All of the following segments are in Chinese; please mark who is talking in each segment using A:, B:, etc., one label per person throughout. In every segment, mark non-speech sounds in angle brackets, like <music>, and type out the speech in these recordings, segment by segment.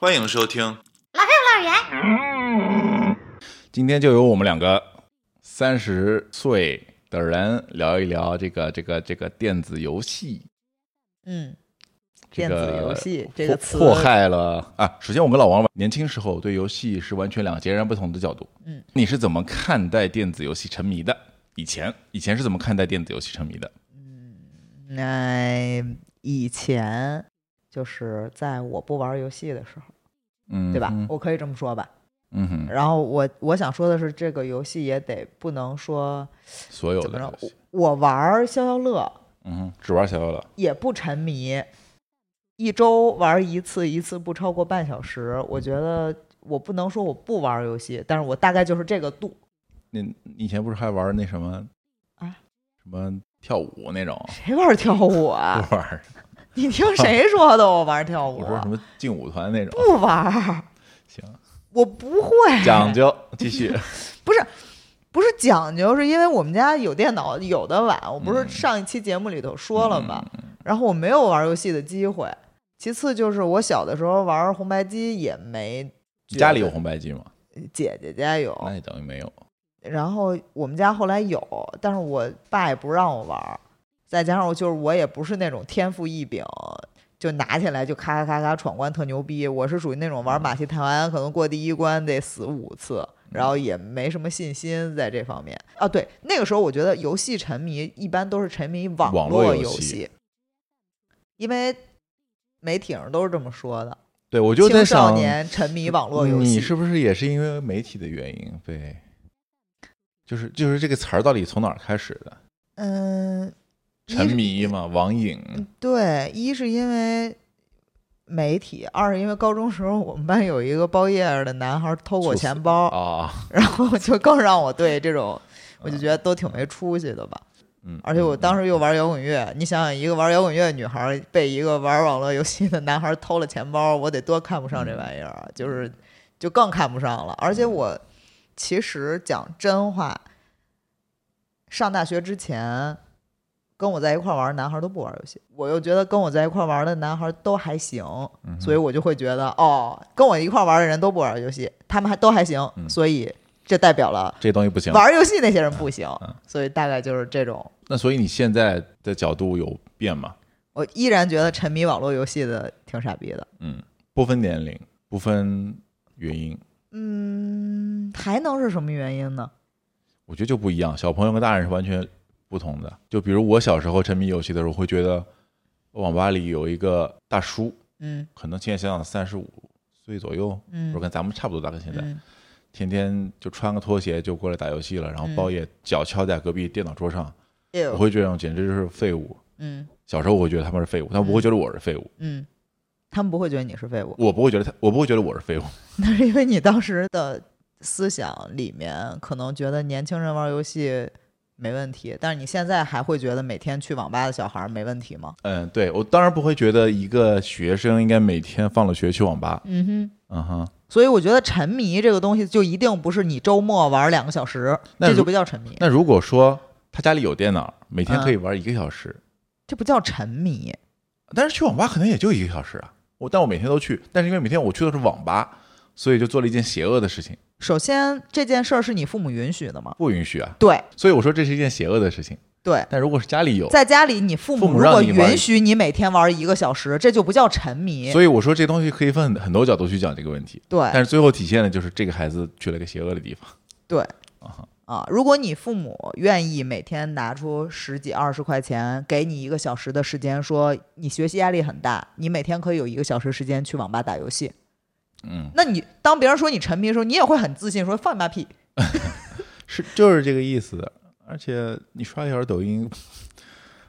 A: 欢迎收听。
B: 老师有乐园，
C: 今天就由我们两个三十岁的人聊一聊这个这个这个电子游戏。
D: 嗯，
C: 这
D: 电
C: 个
D: 子游戏
C: 祸
D: 这个词
C: 祸害了啊！首先，我跟老王年轻时候对游戏是完全两截然不同的角度。
D: 嗯，
C: 你是怎么看待电子游戏沉迷的？以前以前是怎么看待电子游戏沉迷的？
D: 那、哎以前就是在我不玩游戏的时候，
C: 嗯，
D: 对吧？
C: 嗯
D: 我可以这么说吧。
C: 嗯哼，
D: 然后我我想说的是，这个游戏也得不能说
C: 所有
D: 怎么
C: 的
D: 着
C: 游戏，，
D: 我我玩消消乐
C: 嗯哼，只玩小游乐，
D: 也不沉迷，一周玩一次，一次不超过半小时。我
C: 嗯
D: 觉得我不能说我不玩游戏，但是我大概就是这个度。
C: 你你以前不是还玩那什么
D: 啊？
C: 什么跳舞那种？
D: 谁玩跳舞啊？
C: 不 <laughs> 玩儿，
D: 你听谁说的？我玩跳舞？
C: <laughs> 我说什么劲舞团那种？
D: 不玩儿，
C: 行，
D: 我不 <laughs> 会。
C: 讲究，继
D: <laughs>
C: 续。
D: 不是不是讲究，是因为我们家有电脑有的晚，我不是
C: 嗯
D: 上一期节目里头说了吗？然后我没有玩游戏的机会。其次就是我小的时候玩红白机也没，
C: 你家里有红白机吗？
D: 姐姐家有，
C: 那也等于没有。
D: 然后我们家后来有，但是我爸也不让我玩儿，再加上我就是我也不是那种天赋异禀，就拿起来就咔咔咔咔闯关特牛逼，我是属于那种玩马戏团可能过第一关得死五次，然后也没什么信心在这方面啊。对，那个时候我觉得游戏沉迷一般都是沉迷网
C: 网络
D: 络
C: 游
D: 游
C: 戏
D: 戏，因为媒体上都是这么说的，
C: 对，我就在
D: 青少
C: 想，
D: 年沉迷网络游戏。
C: 你是不是也是因为媒体的原因被？就是就是这个词儿到底从哪儿开始的？
D: 嗯，一
C: 沉
D: 是
C: 迷嘛，网瘾。
D: 对，一是因为媒体，二是因为高中时候我们班有一个包夜的男孩偷我
C: 猝死
D: 钱包，
C: 啊，
D: 然后就更让我对这种，我就觉得都挺没出息的吧。
C: 嗯，
D: 而且我
C: 时
D: 当时又玩摇滚乐，你想想，一个玩摇滚乐的女孩被一个玩网络游戏的男孩偷了钱包，我得多看不
C: 嗯
D: 上这玩意儿啊！就是就更看不上了。而且我其实讲真话，上大学之前跟我在一块儿玩的男孩都不玩游戏，我又觉得跟我在一块儿玩的男孩都还行，
C: 嗯
D: 所以我就会觉得哦，跟我一块儿玩的人都不玩游戏，他们还都还行，
C: 嗯
D: 所以这代表了
C: 这东西不行。
D: 玩游戏那些人不行
C: 嗯嗯，
D: 所以大概就是这种。
C: 那所以你现在的角度有变吗？
D: 我依然觉得沉迷网络游戏的挺傻逼的。
C: 嗯，不分年龄，不分原因，
D: 嗯，还能是什么原因呢？
C: 我觉得就不一样。小朋友跟大人是完全不同的。就比如我小时候沉迷游戏的时候，会觉得网吧里有一个大叔，
D: 嗯
C: 可能现在想想三十五岁左右，
D: 嗯
C: 我跟咱们差不多大，跟现在，
D: 嗯
C: 天天就穿个拖鞋就过来打游戏了，然后
D: 嗯
C: 包夜脚敲在隔壁电脑桌上，
D: 哎呦
C: 我会觉得简直就是废物。
D: 嗯
C: 小时候我会觉得他们是废物，他们不会觉得我是废物，
D: 嗯，他们不会觉得你是废
C: <laughs>
D: 物，
C: 我不会觉得他，我不会觉得我是废物。
D: 那是因为你当时的思想里面可能觉得年轻人玩游戏没问题，但是你现在还会觉得每天去网吧的小孩儿没问题吗？
C: 嗯，对我当然不会觉得一个学生应该每天放了学去网吧。
D: 嗯哼。
C: 嗯哼，
D: 所以我觉得沉迷这个东西就一定不是你周末玩两个小时，
C: 那
D: 这就
C: 如
D: 不叫沉迷，
C: 那如果说他家里有电脑，每天可以玩一个小时，
D: 这不叫沉迷。嗯
C: 但是去网吧可能也就一个小时啊。我但我每天都去，但是因为每天我去的是网吧，所以就做了一件邪恶的事情，
D: 首先，这件事儿是你父母允许的吗？
C: 不允许啊。
D: 对
C: 所以我说这是一件邪恶的事情。
D: 对，
C: 但如果是家里有，
D: 在家里你父
C: 哦父母
D: 母如
C: 让
D: 果
C: 你玩
D: 允许你每天玩一个小时，这就不叫沉迷。
C: 所以我说这东西可以分很很多角度去讲这个问题，但
D: 对
C: 是最后体现的就是这个孩子去了一个邪恶的地方。
D: 对
C: 啊哈，
D: 啊，如果你父母愿意每天拿出十几二十块钱给你一个小时的时间，说你学习压力很大，你每天可以有一个小时时间去网吧打游戏。
C: 嗯，
D: 那你当别人说你沉迷的时候，你也会很自信说放你妈屁。
C: 是就是这个意思。而且你刷一小时抖音，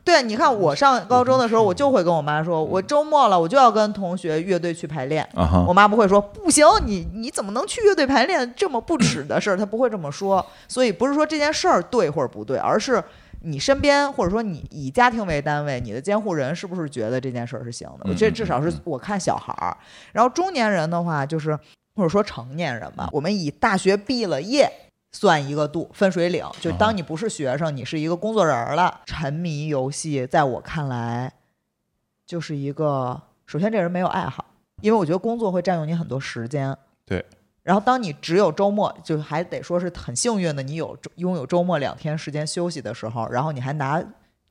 D: 对，啊你看我上高中的时候，我就会跟我妈说，我周末了，我就要跟同学乐队去排练。
C: 啊哈
D: 我，妈不会说不行，你你怎么能去乐队排练这么不耻的事儿？她不会这么说。所以不是说这件事儿对或者不对，而是你身边或者说你以家庭为单位，你的监护人是不是觉得这件事儿是行的？我
C: 嗯
D: 这
C: 嗯
D: 至少是
C: 嗯
D: 我看小孩儿，然后中年人的话就是或者说成年人吧，我们以大学毕了业。算一个度，分水岭，就
C: 啊
D: 当你不是学生，你是一个工作人儿了。沉迷游戏，在我看来，就是一个首先这人没有爱好，因为我觉得工作会占用你很多时间。
C: 对。
D: 然后，当你只有周末，就还得说是很幸运的，你有拥有周末两天时间休息的时候，然后你还拿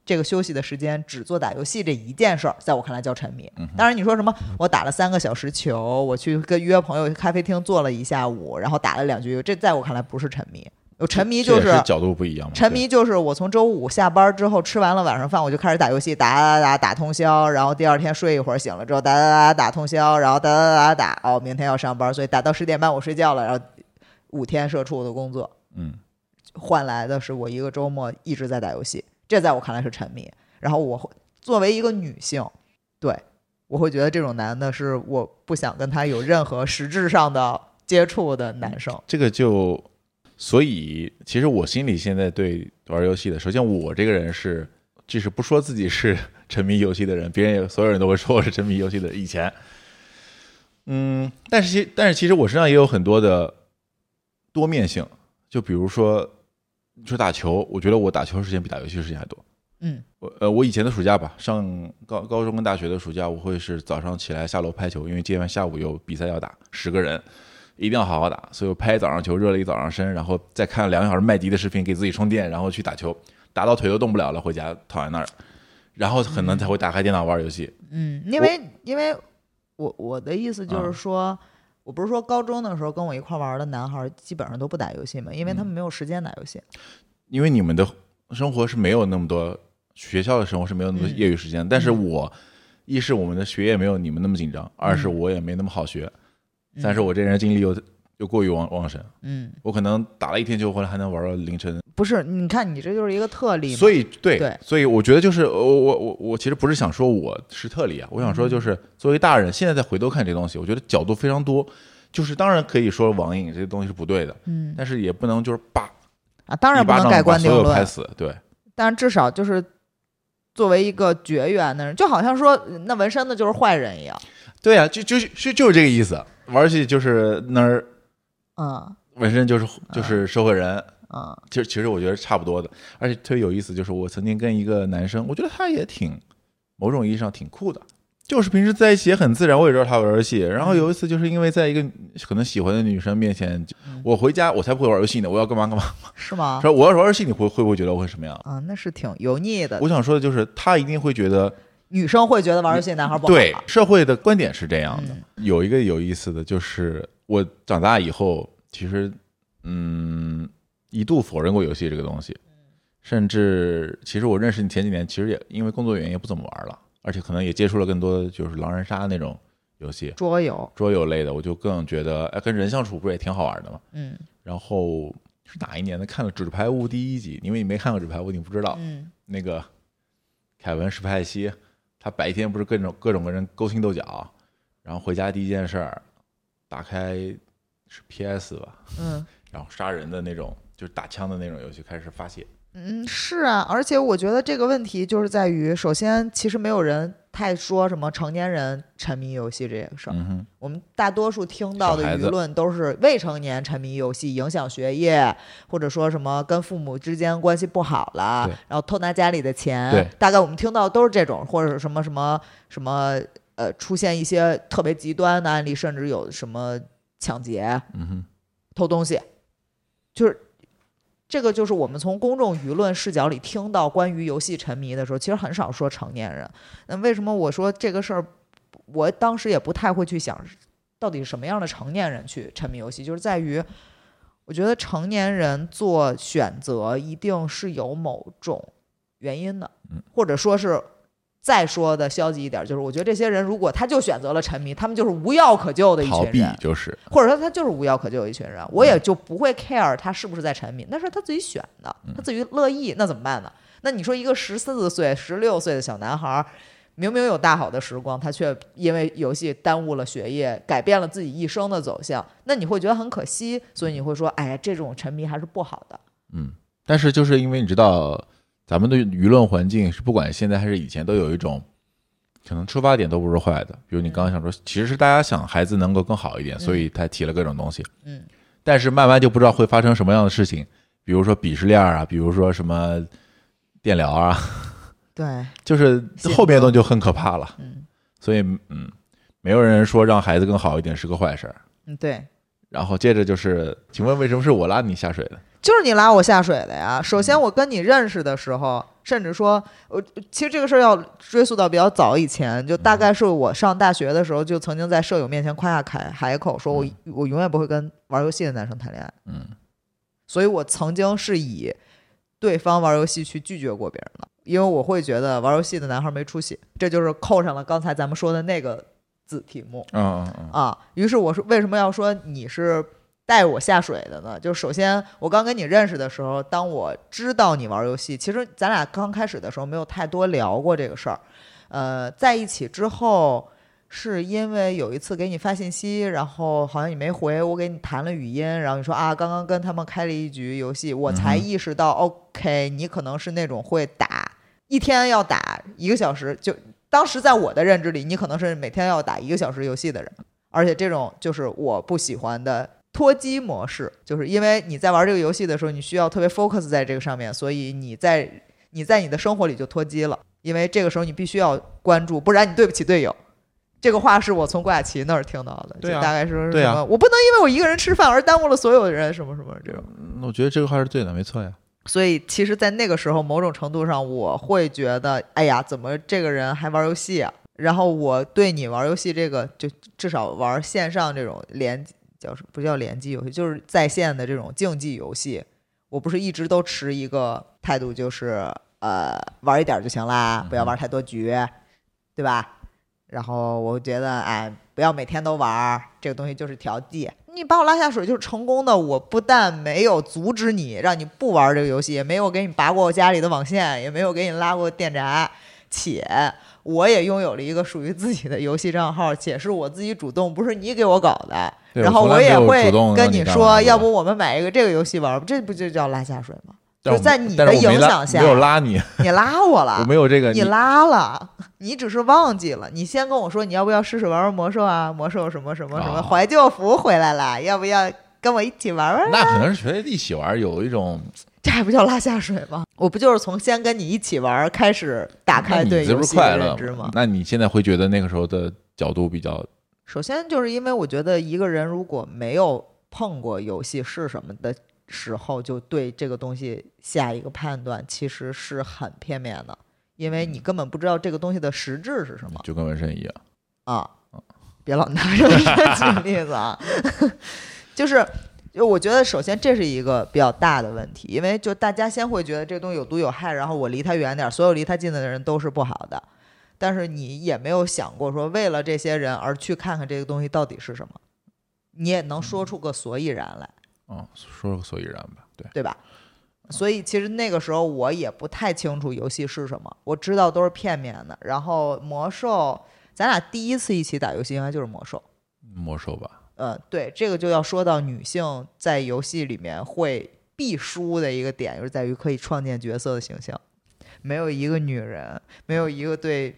D: 这个休息的时间只做打游戏这一件事儿，在我看来叫沉迷。当然，你说什么我打了三个小时球，我去跟约朋友去咖啡厅坐了一下午，然后打了两局，这在我看来不是沉迷。我沉迷就
C: 这也
D: 是
C: 角度不一样嘛。
D: 沉迷就是我从周五下班之后吃完了晚上饭，我就开始打游戏，打打打打通宵，然后第二天睡一会儿，醒了之后打打打打通宵，然后打打打打打，哦，明天要上班，所以打到十点半我睡觉了，然后五天社畜的工作
C: 对，嗯，
D: 换来的是我一个周末一直在打游戏，这在我看来是沉迷。然后我会作为一个女性，对我会觉得这种男的是我不想跟他有任何实质上的接触的男生。
C: 这个就，所以其实我心里现在对玩游戏的，首先我这个人是，即使不说自己是沉迷游戏的人，别人也所有人都会说我是沉迷游戏的人。以前，嗯，但是其但是其实我身上也有很多的多面性，就比如说你说打球，我觉得我打球时间比打游戏时间还多。
D: 嗯
C: 我呃，我以前的暑假吧，上高高中跟大学的暑假，我会是早上起来下楼拍球，因为今天下午有比赛要打，十个人，一定要好好打，所以我拍一早上球，热了一早上身，然后再看两个小时麦迪的视频，给自己充电，然后去打球，打到腿都动不了了，回家躺在那儿，然后可能才会打开电脑玩游戏。
D: 嗯，因
C: 我
D: 为因为我我的意思就是
C: 嗯
D: 说，我不是说高中的时候跟我一块儿玩儿的男孩儿基本上都不打游戏嘛，因为
C: 嗯
D: 他们没有时间打游戏。
C: 因为你们的生活是没有那么多学校的生活是没有那么多
D: 嗯
C: 业余时间，但是我一是我们的学业没有你们那么紧张，二是我也没那么好学，
D: 嗯
C: 三是我这人精力又又过于旺旺盛，
D: 嗯，
C: 我可能打了一天球回来还能玩到凌晨，
D: 不是，你看你这就是一个特例嘛。
C: 所以对
D: 对
C: 所以我觉得就是我我我我其实不是想说我是特例啊，我想说
D: 嗯
C: 就是作为大人现在再回头看这东西，我觉得角度非常多，就是当然可以说网瘾这些东西是不对的，
D: 嗯
C: 但是也不能就是叭
D: 啊，当然
C: 一
D: 不
C: 巴
D: 能
C: 掌
D: 盖
C: 把
D: 棺
C: 所
D: 定
C: 有拍
D: 论，
C: 死，对，
D: 但至少就是作为一个绝缘的人，就好像说那纹身的就是坏人一样。
C: 对呀、啊，就就是就就是这个意思。玩游戏就是那儿
D: 嗯
C: 纹身就是就是社会人，
D: 嗯
C: 其实其实我觉得差不多的。而且特别有意思，就是我曾经跟一个男生，我觉得他也挺某种意义上挺酷的，就是平时在一起也很自然，我也知道他玩游戏。然后有一次就是因为在一个可能喜欢的女生面前
D: 嗯，啊
C: 我回家我才不会玩游戏呢，我要干嘛干嘛。
D: 是吗？
C: 说我要是玩游戏，你会会不会觉得我会什么样？
D: 啊，那是挺油腻的
C: 我。想说的就是，他一定会觉得
D: 女生会觉得玩儿游戏的男孩儿不好。嗯
C: 对，社会的观点是这样的。有一个有意思的就是，我长大以后，其实嗯，一度否认过游戏这个东西，
D: 嗯
C: 甚至其实我认识你前几年，其实也因为工作原因也不怎么玩了，而且可能也接触了更多就是狼人杀那种游戏，
D: 桌游，
C: 桌游类的，我就更觉得哎，跟人相处不是也挺好玩的吗？
D: 嗯
C: 然后是哪一年的？看了《纸牌屋》第一集，因为你没看过《纸牌屋》，你不知道。
D: 嗯
C: 那个凯文·史派西，他白天不是各种各种跟人勾心斗角，然后回家第一件事儿，打开是 PS 吧，
D: 嗯。
C: 然后杀人的那种，就是打枪的那种游戏开始发泄。
D: 嗯，是啊，而且我觉得这个问题就是在于，首先，其实没有人太说什么成年人沉迷游戏这件事儿，
C: 嗯哼，
D: 我们大多数听到的
C: 小孩子
D: 舆论都是未成年沉迷游戏影响学业，或者说什么跟父母之间关系不好了
C: 对，
D: 然后偷拿家里的钱
C: 对，
D: 大概我们听到都是这种，或者什么什么什么呃，出现一些特别极端的案例，甚至有什么抢劫，
C: 嗯哼，
D: 偷东西，就是这个就是我们从公众舆论视角里听到关于游戏沉迷的时候，其实很少说成年人。那为什么我说这个事儿，我当时也不太会去想，到底什么样的成年人去沉迷游戏，就是在于。我觉得成年人做选择一定是有某种原因的
C: 嗯，
D: 或者说是再说的消极一点，就是我觉得这些人如果他就选择了沉迷，他们就是无药可救的一
C: 逃
D: 群
C: 避
D: 人。
C: 就是
D: 或者说他就是无药可救的一群人，我也就不会 care 他是不是在沉迷，那是他自己选的，他自己乐意，那怎么办呢？那你说一个十四岁、十六岁的小男孩儿，明明有大好的时光，他却因为游戏耽误了学业，改变了自己一生的走向，那你会觉得很可惜，所以你会说，哎呀，这种沉迷还是不好的。
C: 嗯，但是就是因为你知道，咱们的舆论环境是不管现在还是以前，都有一种。可能出发点都不是坏的，比如你刚刚想说，其实是大家想孩子能够更好一点，所以他提了各种东西。
D: 嗯，
C: 但是慢慢就不知道会发生什么样的事情，比如说鄙视链啊，比如说什么电疗啊， <laughs>
D: 对，
C: 就是后面的东西就很可怕了。
D: 嗯，
C: 所以嗯，没有人说让孩子更好一点是个坏事儿。
D: 嗯，对，
C: 然后接着就是，请问为什么是我拉你下水的？
D: 就是你拉我下水的呀。首先，我跟你认识的时候，甚至说，呃，其实这个事儿要追溯到比较早以前，就大概是我上大学的时候，就曾经在舍友面前夸下海海口，说我我永远不会跟玩游戏的男生谈恋爱。
C: 嗯，
D: 所以我曾经是以对方玩游戏去拒绝过别人的，因为我会觉得玩游戏的男孩没出息，这就是扣上了刚才咱们说的那个子题目。
C: 嗯嗯嗯，
D: 啊，于是我说为什么要说你是带我下水的呢？就首先我刚跟你认识的时候，当我知道你玩游戏，其实咱俩刚开始的时候没有太多聊过这个事儿。呃，在一起之后，是因为有一次给你发信息，然后好像你没回，我给你弹了语音，然后你说啊，刚刚跟他们开了一局游戏，我才
C: 嗯哼
D: 意识到、OK，你可能是那种会打一天要打一个小时，就当时在我的认知里，你可能是每天要打一个小时游戏的人，而且这种就是我不喜欢的脱机模式，就是因为你在玩这个游戏的时候，你需要特别 focus 在这个上面，所以你在你在你的生活里就脱机了，因为这个时候你必须要关注，不然你对不起队友。这个话是我从郭雅琪那儿听到的，
C: 对啊
D: 就大概是
C: 对
D: 什
C: 啊
D: 么？我不能因为我一个人吃饭而耽误了所有人，什么什么这种。
C: 嗯我觉得这个话是对的，没错呀。
D: 所以其实，在那个时候，某种程度上，我会觉得，哎呀，怎么这个人还玩游戏啊？然后我对你玩游戏这个，就至少玩线上这种联叫什么？不叫联机游戏，就是在线的这种竞技游戏，我不是一直都持一个态度，就是呃，玩一点就行啦，不要玩太多局，对吧？然后我觉得，哎，不要每天都玩儿，这个东西就是调剂。你把我拉下水就是成功的，我不但没有阻止你，让你不玩这个游戏，也没有给你拔过我家里的网线，也没有给你拉过电闸，且我也拥有了一个属于自己的游戏账号，且是我自己主动，不是你给我搞的。
C: 对
D: 然后
C: 我从来
D: 也
C: 没有
D: 会
C: 主动让
D: 跟
C: 你干嘛
D: 说，
C: 对吧
D: 要不我们买一个这个游戏玩吧，这不就叫拉下水吗？
C: 但
D: 就
C: 我
D: 在你
C: 但是
D: 的
C: 我没
D: 影
C: 拉
D: 响下
C: 没有拉你，
D: 你拉我了，
C: <laughs> 我没有这个
D: 你拉了，你只是忘记了。你先跟我说你要不要试试玩玩魔兽啊？魔兽什么什么什么、
C: 啊
D: 怀旧服回来了，要不要跟我一起玩玩？
C: 那可能是觉得一起玩有一种，
D: <laughs> 这还不叫拉下水吗？我不就是从先跟你一起玩开始打
C: 那
D: 开
C: 你
D: 哎对
C: 这
D: 游
C: 不是
D: 戏
C: 快
D: 的
C: 乐
D: 认知吗？
C: 那你现在会觉得那个时候的角度比较，
D: 首先就是因为我觉得一个人如果没有碰过游戏是什么的时候，就对这个东西下一个判断，其实是很片面的，因为你根本不知道这个东西的实质是什么。
C: 就跟纹身一样。
D: 啊，别老拿这个举例子啊， <laughs> 就是。就我觉得，首先这是一个比较大的问题，因为就大家先会觉得这东西有毒有害，然后我离它远点儿，所有离它近的人都是不好的。但是你也没有想过说，为了这些人而去看看这个东西到底是什么，你也能说出个所以然来。
C: 嗯，说个所以然吧。对，
D: 对吧？所以其实那个时候我也不太清楚游戏是什么，我知道都是片面的。然后魔兽，咱俩第一次一起打游戏应该就是魔兽。
C: 魔兽吧，
D: 呃，对，这个就要说到女性在游戏里面会必输的一个点，就是在于可以创建角色的形象。没有一个女人，没有一个对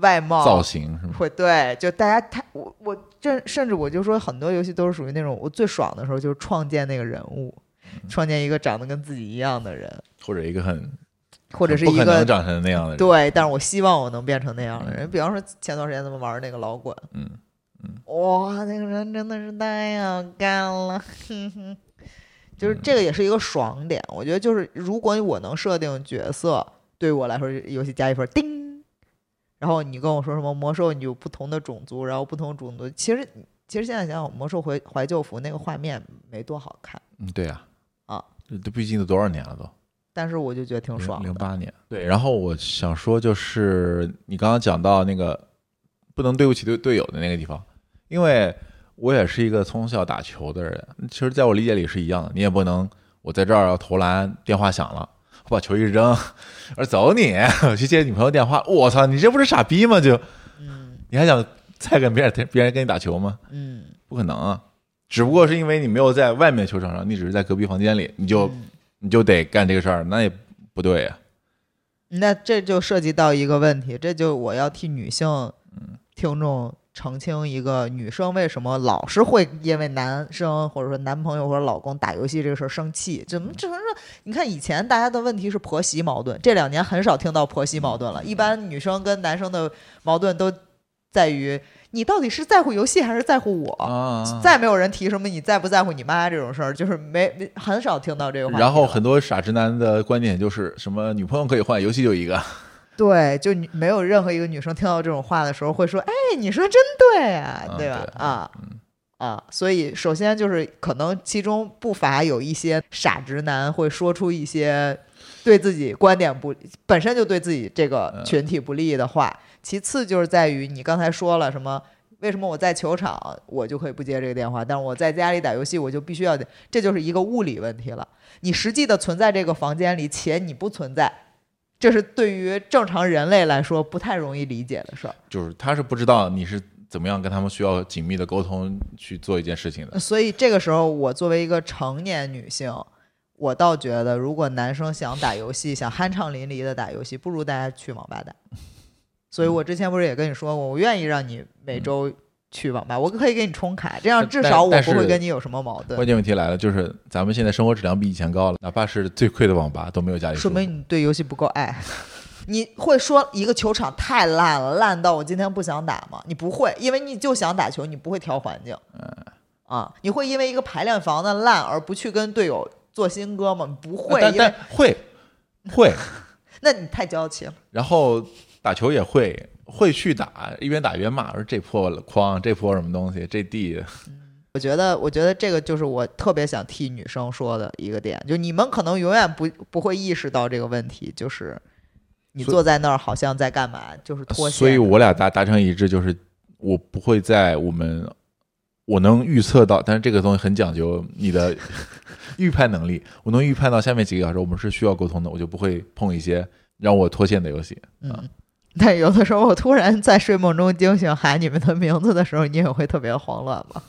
D: 外貌
C: 造型是吗？
D: 会对，就大家太我我这甚至我就说很多游戏都是属于那种我最爽的时候就是创建那个人物，
C: 嗯
D: 创建一个长得跟自己一样的人，
C: 或者一个很
D: 或者是
C: 不
D: 一
C: 可能
D: 个
C: 长成那样的人。
D: 对，但是我希望我能变成那样的人。比方说前段时间咱们玩那个老滚，
C: 嗯，
D: 哇，那个人真的是太好看了， <laughs> 哼哼，就是这个也是一个爽点。我觉得嗯就是如果我能设定角色，对我来说游戏加一分，叮。然后你跟我说什么魔兽，你有不同的种族，然后不同种族，其实其实现在想想，魔兽怀怀旧服那个画面没多好看，
C: 嗯，对呀、
D: 啊
C: 这，这毕竟都多少年了都。
D: 但是我就觉得挺爽
C: 零
D: 的。
C: 八年。对，然后我想说，就是你刚刚讲到那个不能对不起队队友的那个地方，因为我也是一个从小打球的人，其实在我理解里是一样的，你也不能我在这儿要投篮，电话响了。我把球一扔，我说走你， <laughs> 我去接女朋友电话。我操，你这不是傻逼吗？就，你还想再跟别人别人跟你打球吗？
D: 嗯，
C: 不可能啊！只不过是因为你没有在外面球场上，你只是在隔壁房间里，你就你就得干这个事儿，那也不对啊呀、
D: 那这就涉及到一个问题，这就我要替女性
C: 嗯
D: 听众澄清一个，女生为什么老是会因为男生或者说男朋友或者老公打游戏这个事儿生气？怎
C: 嗯
D: 么这是？你看以前大家的问题是婆
C: 嗯
D: 媳矛盾，这两年很少听到婆媳矛盾了，一般女生跟男生的矛盾都在于你到底是在乎游戏还是在乎我。
C: 啊，
D: 再没有人提什么你在不在乎你妈这种事儿，就是没没很少听到这个话题了。
C: 然后很多傻直男的观点就是什么女朋友可以换，游戏就一个，
D: 对，就女没有任何一个女生听到这种话的时候会说：“哎，你说真对啊，
C: 嗯
D: 对吧？”
C: 对
D: 啊、
C: 嗯
D: 啊，所以首先就是可能其中不乏有一些傻直男会说出一些对自己观点不本身就对自己这个
C: 嗯
D: 群体不利的话。其次就是在于你刚才说了什么。为什么我在球场我就可以不接这个电话，但是我在家里打游戏我就必须要，这就是一个物理问题了。你实际的存在这个房间里，且你不存在，这是对于正常人类来说不太容易理解的事儿。
C: 就是他是不知道你是怎么样跟他们需要紧密的沟通去做一件事情的。
D: 呃所以这个时候，我作为一个成年女性，我倒觉得，如果男生想打游戏，想酣畅淋漓的打游戏，不如大家去网吧打。所以
C: 嗯
D: 我之前不是也跟你说过，我愿意让你每周去网吧，我可以给你充卡，这样
C: 呃但
D: 至少我
C: 但
D: 不会
C: 是
D: 跟你有什么矛
C: 关
D: 盾。
C: 键问题来了，就是咱们现在生活质量比以前高了，哪怕是最贵的网吧都没有家里
D: 说
C: 舒服。
D: 明你对游戏不够爱。 <laughs> 你会说一个球场太烂了，烂到我今天不想打吗？你不会，因为你就想打球，你不会调环境。啊，你会因为一个排练房的烂而不去跟队友做新歌吗？你不会，
C: 但
D: 因
C: 但
D: 为
C: 会会，
D: 那你太娇气了。
C: 然后打球也会会去打，一边打一边骂，说这破框，这破什么东西，这地
D: 我觉得，我觉得这个就是我特别想替女生说的一个点，就你们可能永远不不会意识到这个问题，就是你
C: 所以
D: 坐在那儿好像在干嘛，就是脱鞋。
C: 呃所以我俩达达成一致，就是我不会在我们我能预测到，但是这个东西很讲究你的预判能力。我能预判到下面几个小时我们是需要沟通的，我就不会碰一些让我脱线的游戏。
D: 嗯，但有的时候我突然在睡梦中惊醒喊你们的名字的时候，你也会特别慌乱吧？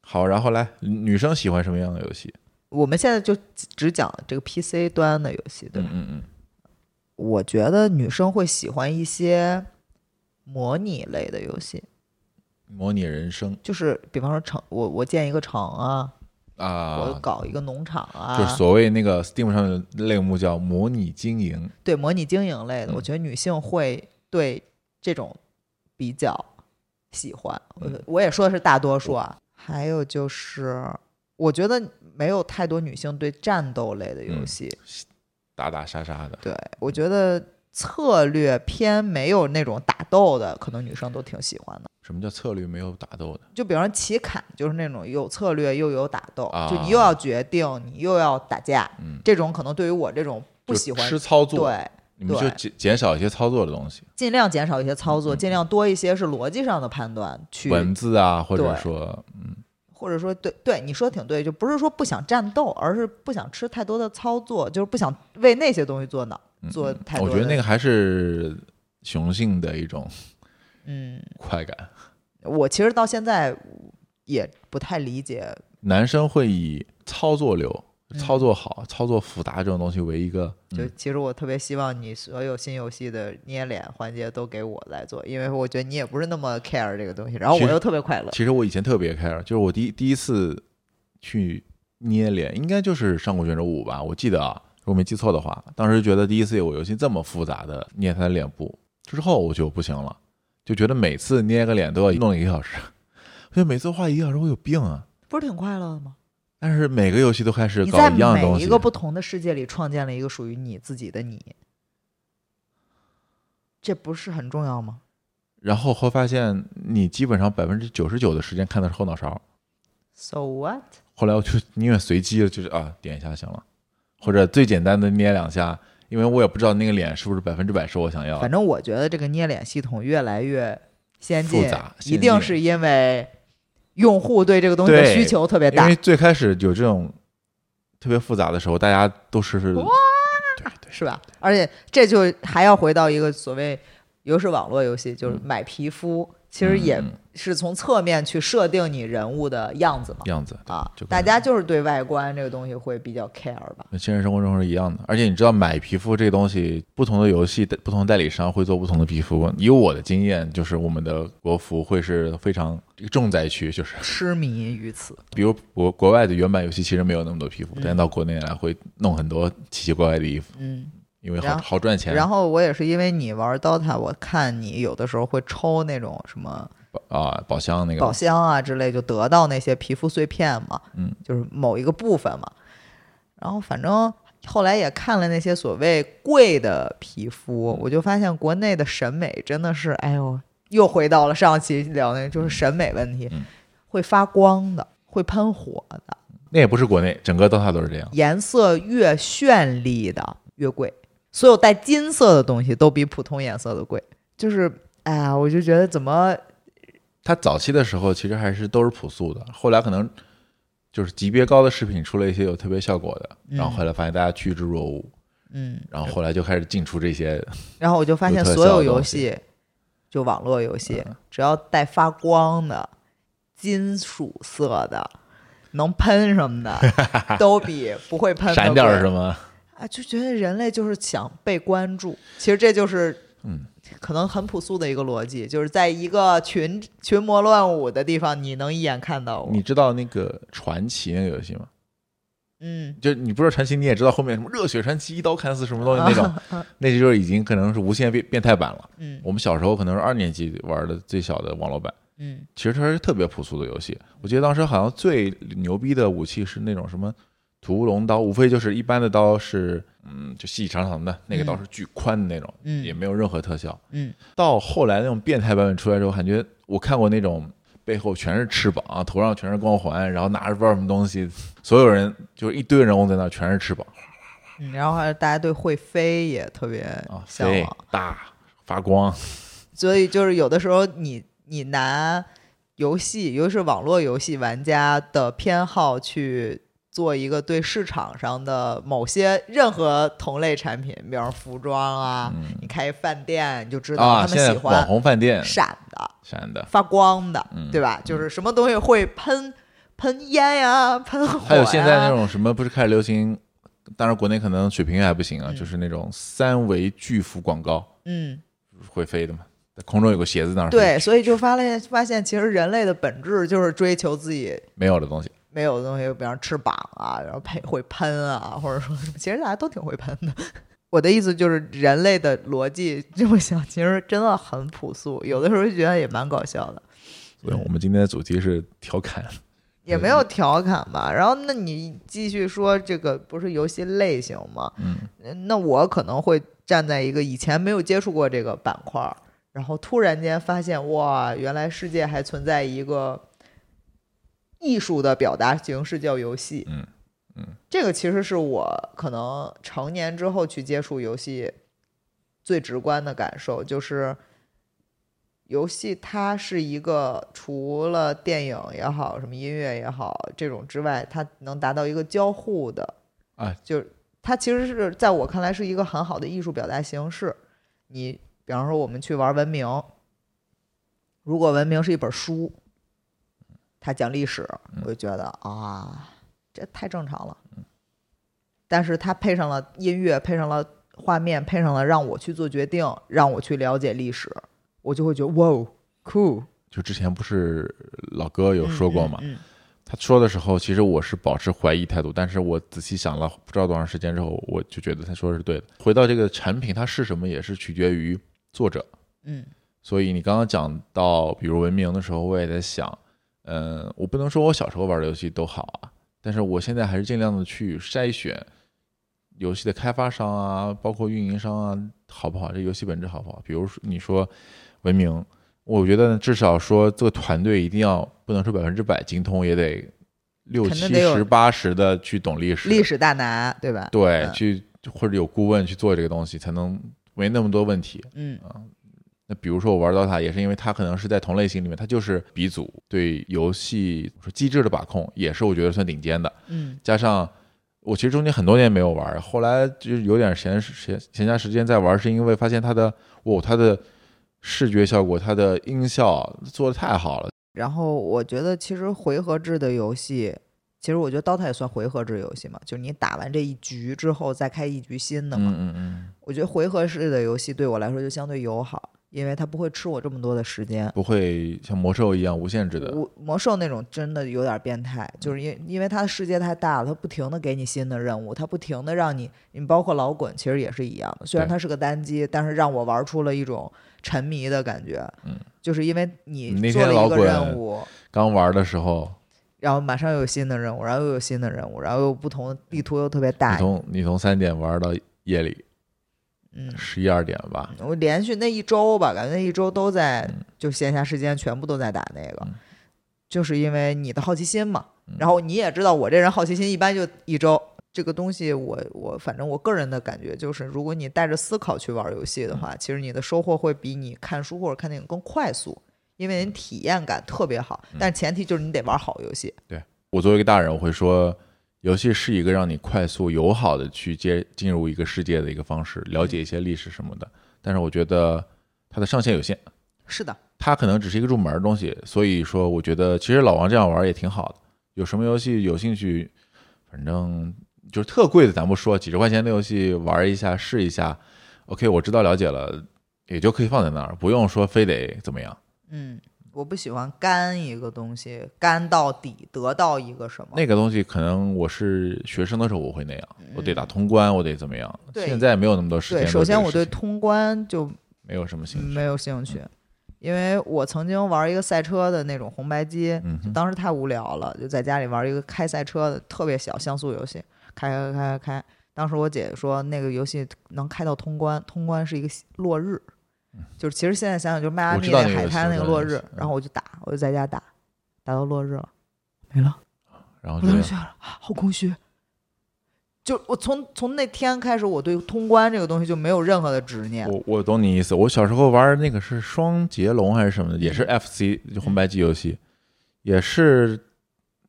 C: 好，然后来，女生喜欢什么样的游戏？
D: 我们现在就只讲这个 PC 端的游戏，对吧？
C: 嗯嗯嗯，
D: 我觉得女生会喜欢一些模拟类的游戏，
C: 模拟人生
D: 就是比方说城，我我建一个城啊，我
C: 啊，
D: 搞一个农场啊，
C: 就是所谓那个 Steam 上的类目叫模拟经营。
D: 对模拟经营类的，
C: 嗯
D: 我觉得女性会对这种比较喜欢。我
C: 嗯
D: 我也说的是大多数啊。还有就是，我觉得没有太多女性对战斗类的游
C: 嗯
D: 戏，
C: 打打杀杀的，
D: 对我觉得策略偏没有那种打斗的，可能女生都挺喜欢的。
C: 什么叫策略没有打斗的？
D: 就比方说骑砍，就是那种有策略又有打斗，就
C: 啊
D: 你又要决定，你又要打架，
C: 嗯，
D: 这种可能对于我这种不
C: 就
D: 喜欢
C: 吃操作，
D: 对
C: 你们就
D: 对
C: 减减少一些操作的东西，
D: 尽量减少一些操作，
C: 嗯
D: 尽量多一些是逻辑上的判断去，
C: 文字啊，或者
D: 对
C: 说
D: 或者说对对你说的挺对，就不是说不想战斗，而是不想吃太多的操作，就是不想为那些东西做脑
C: 嗯
D: 做
C: 嗯
D: 太
C: 我觉
D: 多
C: 得
D: 的
C: 那个还是雄性的一种 <laughs>
D: 嗯，
C: 快感。
D: 我其实到现在也不太理解，
C: 男生会以操作流、
D: 嗯
C: 操作好、操作复杂这种东西为一个，
D: 就
C: 嗯、
D: 其实我特别希望你所有新游戏的捏脸环节都给我来做，因为我觉得你也不是那么 care 这个东西，然后
C: 其
D: 我
C: 实
D: 又特别快乐。
C: 其实我以前特别 care，就是我第一第一次去捏脸，应该就是上古卷轴五吧，我记得啊，如果没记错的话，当时觉得第一次有游戏这么复杂的捏他的脸部，之后我就不行了，就觉得每次捏个脸都要弄一个小时， <laughs> 我觉得每次花一个小时我有病啊。
D: 不是挺快乐的吗？
C: 但是每个游戏都开始
D: 你
C: 搞
D: 在
C: 一样的东
D: 每
C: 西，
D: 一个不同的世界里创建了一个属于你自己的你，这不是很重要吗？
C: 然后会发现你基本上百分之九十九的时间看的是后脑勺。
D: So what？
C: 后来我就宁愿随机了，就是啊，点一下行了，或者最简单的捏两下，因为我也不知道那个脸是不是百分之百是我想要
D: 反
C: 的。
D: 正我觉得这个捏脸系统越来越先进
C: 复杂，先进
D: 一定是因为用户对这个东西的
C: 对
D: 需求特别
C: 因
D: 大
C: 为，最开始有这种特别复杂的时候，大家都是
D: 哇
C: 对对
D: 是吧？而且这就还要回到一个所谓又是网络游戏，就是买皮肤，其实也
C: 嗯
D: 是从侧面去设定你人物的样子嘛。
C: 样子。
D: 啊
C: 就，跟
D: 大家就是对外观这个东西会比较 care 吧。
C: 那现实生活中是一样的，而且你知道买皮肤这个东西，不同的游戏、不同的代理商会做不同的皮肤。以我的经验，就是我们的国服会是非常这个重灾区，就是
D: 痴迷于此，
C: 比如国国外的原版游戏其实没有那么多皮肤，
D: 嗯
C: 但到国内来会弄很多奇奇怪怪的衣服。
D: 嗯，
C: 因为好
D: 然后
C: 好赚钱。
D: 然后我也是因为你玩 DOTA，我看你有的时候会抽那种什么
C: 啊，宝箱那个
D: 宝箱啊之类，就得到那些皮肤碎片嘛，
C: 嗯，
D: 就是某一个部分嘛。然后反正后来也看了那些所谓贵的皮
C: 嗯
D: 肤，我就发现国内的审美真的是，哎呦，又回到了上期聊那个，就是审美问题，
C: 嗯
D: 会发光的，会喷火的，
C: 那也不是国内，整个 DOTA 都是这样。
D: 颜色越绚丽的越贵，所有带金色的东西都比普通颜色的贵，就是。哎呀，我就觉得怎么
C: 它早期的时候其实还是都是朴素的，后来可能就是级别高的饰品出了一些有特别效果的，然后后来发现大家趋之若鹜，
D: 嗯，
C: 然后后来就开始进出这
D: <laughs>
C: 些
D: 然后我就发
C: 有
D: 现
C: 特
D: 所
C: 效
D: 有
C: 的
D: 游
C: 东西嗯
D: 戏，就网络游戏，只要带发光的、金属色的、能喷
C: <laughs>
D: 什么的，都比不会喷的
C: 闪点
D: 贵
C: 儿什么。
D: 啊，就觉得人类就是想被关注。其实这就是，
C: 嗯，
D: 可能很朴素的一个逻辑，就是在一个群群魔乱舞的地方，你能一眼看到我
C: 你。知道那个传奇那个游戏吗？
D: 嗯，
C: 就你不知道传奇，你也知道后面什么热血传奇一刀砍死什么东西那种，
D: <laughs>
C: 那就是已经可能是无限变变态版了。
D: 嗯
C: 我们小时候可能是二年级玩的最小的网络版，
D: 嗯
C: 其实它是特别朴素的游戏。我记得当时好像最牛逼的武器是那种什么屠龙刀，无非就是一般的刀是嗯就细细长长的，那个刀是巨宽的那种，
D: 嗯
C: 也没有任何特效。
D: 嗯
C: 到后来那种变态版本出来之后，感觉我看过那种背后全是翅膀，啊头上全是光环，然后拿着不知道什么东西，所有人就是一堆人物在那儿全是翅膀
D: 嗯，然后还有大家对会飞也特别
C: 啊，
D: 向
C: 飞
D: 往。
C: 大发光，
D: 所以就是有的时候你你拿游戏，尤其是网络游戏玩家的偏好去做一个对市场上的某些任何同类产品，比方服装啊，
C: 嗯
D: 你开饭店你就知道
C: 啊，
D: 他
C: 现
D: 们
C: 在
D: 喜
C: 网
D: 欢
C: 红饭店
D: 闪的、
C: 闪的，
D: 发光的，
C: 嗯
D: 对吧？就是什么东西会喷喷烟呀、喷火呀、
C: 还有现在那种什么不是开始流行，当然国内可能水平还不行啊，
D: 嗯
C: 就是那种三维巨幅广告
D: 嗯。
C: 会飞的嘛，在空中有个鞋子那儿飞
D: <laughs> 对，所以就发现发现，其实人类的本质就是追求自己
C: 没有的东西，
D: 没有的东西，比方翅膀啊，然后配会喷啊，或者说什么，其实大家都挺会喷的。我的意思就是，人类的逻辑这么想，其实真的很朴素，有的时候觉得也蛮搞笑的，
C: 所以我们今天的主题是调侃，
D: 也没有调侃吧。然后，那你继续说这个不是游戏类型吗？
C: 嗯，
D: 那我可能会站在一个以前没有接触过这个板块儿，然后突然间发现，哇，原来世界还存在一个艺术的表达形式叫游戏。
C: 嗯嗯，
D: 这个其实是我可能成年之后去接触游戏最直观的感受，就是游戏它是一个除了电影也好，什么音乐也好这种之外，它能达到一个交互的
C: 啊，
D: 就是它其实是在我看来是一个很好的艺术表达形式。你比方说我们去玩文明，如果文明是一本书，它讲历史，我就觉得啊，这太正常了。但是它配上了音乐，配上了画面，配上了让我去做决定，让我去了解历史，我就会觉得哇哦，cool，
C: 就之前不是老哥有说过嘛，
D: 嗯嗯
C: 他说的时候，其实我是保持怀疑态度，但是我仔细想了不知道多长时间之后，我就觉得他说的是对的。回到这个产品，它是什么也是取决于作者。
D: 嗯
C: 所以你刚刚讲到，比如文明的时候，我也在想，嗯，我不能说我小时候玩的游戏都好啊，但是我现在还是尽量的去筛选游戏的开发商啊，包括运营商啊，好不好？这游戏本质好不好？比如说你说文明，我觉得至少说这个团队一定要不能说百分之百精通，也得六
D: 肯定
C: 七
D: 得有
C: 十八十的去懂历史，
D: 嗯，历史大拿，对吧？
C: 对，
D: 嗯
C: 去或者有顾问去做这个东西，才能没那么多问题。
D: 嗯
C: 那比如说我玩 DOTA 也是因为它可能是在同类型里面，它就是鼻祖，对游戏说机制的把控也是我觉得算顶尖的。
D: 嗯
C: 加上我其实中间很多年没有玩，后来就是有点闲闲闲暇时间在玩，是因为发现它的哇，它的视觉效果、它的音效做的太好了。
D: 然后我觉得其实回合制的游戏，其实我觉得 DOTA 也算回合制游戏嘛，就是你打完这一局之后再开一局新的嘛。
C: 嗯嗯
D: 我觉得回合式的游戏对我来说就相对友好，因为它不会吃我这么多的时间。
C: 不会像魔兽一样无限制的。嗯
D: 我魔兽那种真的有点变态，就是因因为它的世界太大了，它不停的给你新的任务，它不停的让你，你包括老滚其实也是一样的。虽然
C: 对
D: 它是个单机，但是让我玩出了一种沉迷的感觉。
C: 嗯，
D: 就是因为
C: 你那
D: 你做
C: 天
D: 了
C: 老
D: 一个
C: 滚
D: 任务，
C: 刚玩的时候，
D: 然后马上又有新的任务，然后又有新的任务，然后又不
C: 嗯
D: 同的地图又特别
C: 你
D: 大。
C: 从你从三点玩到夜里
D: 嗯，
C: 十一二点吧，
D: 我连续那一周吧，感觉那一周都在
C: 嗯，
D: 就闲暇时间全部都在打那个
C: 嗯，
D: 就是因为你的好奇心嘛
C: 嗯。
D: 然后你也知道，我这人好奇心一般就一周。这个东西我，我反正我个人的感觉就是，如果你带着思考去玩游戏
C: 嗯
D: 的话，其实你的收获会比你看书或者看电影更快速，因为你
C: 嗯
D: 体验感特别好。但前提就是你得玩好游戏。
C: 我作为一个大人，我会说，游戏是一个让你快速友好的去接进入一个世界的一个方式，了解一些历史什么的。但是我觉得它的上限有限，
D: 是的，
C: 它可能只是一个入门的东西。所以说，我觉得其实老王这样玩也挺好的。有什么游戏有兴趣，反正就是特贵的咱不说，几十块钱的游戏玩一下试一下。OK，我知道了解了，也就可以放在那儿，不用说非得怎么样。
D: 嗯，我不喜欢干一个东西，干到底得到一个什么。
C: 那个东西可能我是学生的时候我会那样，我得打
D: 嗯
C: 通关，我得怎么样。
D: 对
C: 现在没有那么多时间嗯做这
D: 对，首
C: 个事情。
D: 先我对通关就
C: 没有什么兴趣。
D: 没有兴趣，因为我曾经玩一个赛车的那种红白机，
C: 嗯哼，
D: 当时太无聊了，就在家里玩一个开赛车的特别小像素游戏，开开开开开。当时我姐姐说那个游戏能开到通关，通关是一个落日，就是其实现在想想就是迈
C: 嗯
D: 阿
C: 我
D: 密
C: 知道
D: 那
C: 那个
D: 海
C: 游戏
D: 滩
C: 我
D: 那个
C: 知道
D: 落
C: 那个游
D: 日
C: 戏，嗯
D: 然后我就打，我就在家打，打到落日了，没了。
C: 然后
D: 我
C: 就
D: 当时觉得啊好空虚。就我从从那天开始，我对通关这个东西就没有任何的执念。
C: 我我懂你意思。我小时候玩那个是双截龙还是什么的，也是 FC
D: 嗯
C: 就红白机游戏，也是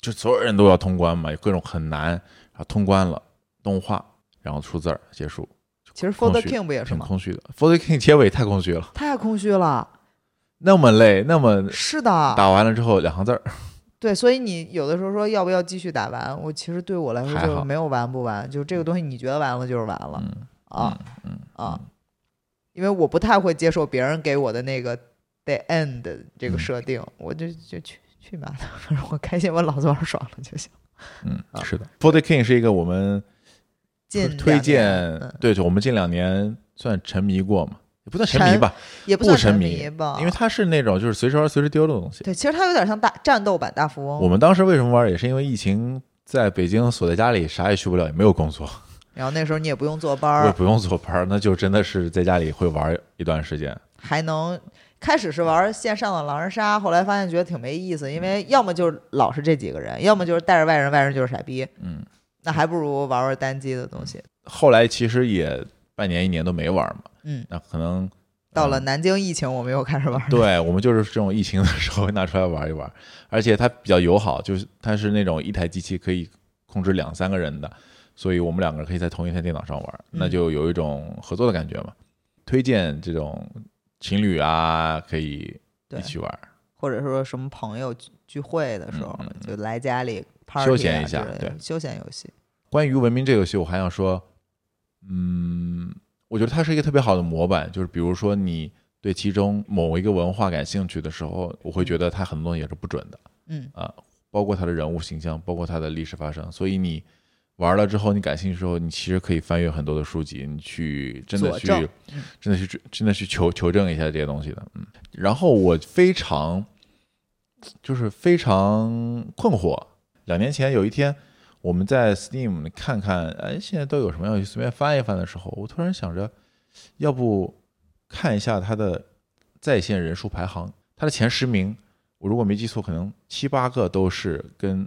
C: 就所有人都要通关嘛，有各种很难，然后通关了，动画，然后出字儿结束，
D: 其实《For
C: 空
D: the
C: 虚
D: King》不也是
C: 挺
D: 吗？
C: 空虚的。f o r t King 结尾太空虚了，
D: 太空虚了。
C: 那么累，那么
D: 是的，
C: 打完了之后两行字儿，
D: 对，所以你有的时候说要不要继续打完，我其实对我来说
C: 还
D: 就是
C: 好
D: 没有完不完，就是这个东西你觉得完了就是完了
C: 嗯
D: 啊
C: 嗯
D: 啊，因为我不太会接受别人给我的那个 the end 这个
C: 嗯
D: 设定，我就就去去吧，反正我开心，我老子玩爽了就行。
C: 嗯
D: 啊，
C: 是的。f o r t King 是一个我们
D: 近两
C: 推
D: 年
C: 荐
D: 嗯，
C: 对，就我们近两年算沉迷过嘛，也不算沉迷
D: 沉
C: 吧，
D: 也不
C: 不
D: 算
C: 沉
D: 沉
C: 迷
D: 吧，
C: 因为它是那种就是随时玩随时丢的东西。
D: 对，其实它有点像大战斗版大富
C: 我
D: 翁，
C: 们当时为什么玩，也是因为疫情，在北京锁在家里，啥也去不了，也没有工作，
D: 然后那时候你也不用坐班
C: 我也
D: 儿，
C: 不用坐班儿，那就真的是在家里会玩一段时间。
D: 还能开始是玩线上的狼人杀，后来发现觉得挺没意思，因为要么就是老是这几个人，要么就是带着外人，外人就是傻逼，
C: 嗯，
D: 那还不如玩玩单机的东西。
C: 后来其实也半年一年都没玩嘛，
D: 嗯，
C: 那可能
D: 到了
C: 嗯
D: 南京疫情，我们又开始 <laughs> 玩。
C: 对我们就是这种疫情的时候拿出来玩一玩，而且它比较友好，就是它是那种一台机器可以控制两三个人的，所以我们两个人可以在同一台电脑上玩，
D: 嗯
C: 那就有一种合作的感觉嘛。推荐这种情侣啊，可以
D: 对
C: 一起玩，
D: 或者说什么朋友聚聚会的时候，
C: 嗯嗯嗯
D: 就来家里 party
C: 休闲
D: 啊
C: 一下
D: 之类的
C: 对
D: 休闲游戏。
C: 关于文明这个游戏，我还想说，嗯，我觉得它是一个特别好的模板，就是比如说你对其中某一个文化感兴趣的时候，我会觉得它很多东西也是不准的，
D: 嗯
C: 包括它的人物形象，包括它的历史发生。所以你玩了之后，你感兴趣之后，你其实可以翻阅很多的书籍，你去真的
D: 佐
C: 去
D: 证嗯
C: 真的去真的去求求证一下这些东西的。嗯，然后我非常就是非常困惑，两年前有一天。我们在 Steam 看看，哎，现在都有什么要去随便翻一翻的时候，我突然想着，要不看一下它的在线人数排行，它的前十名，我如果没记错，可能七八个都是跟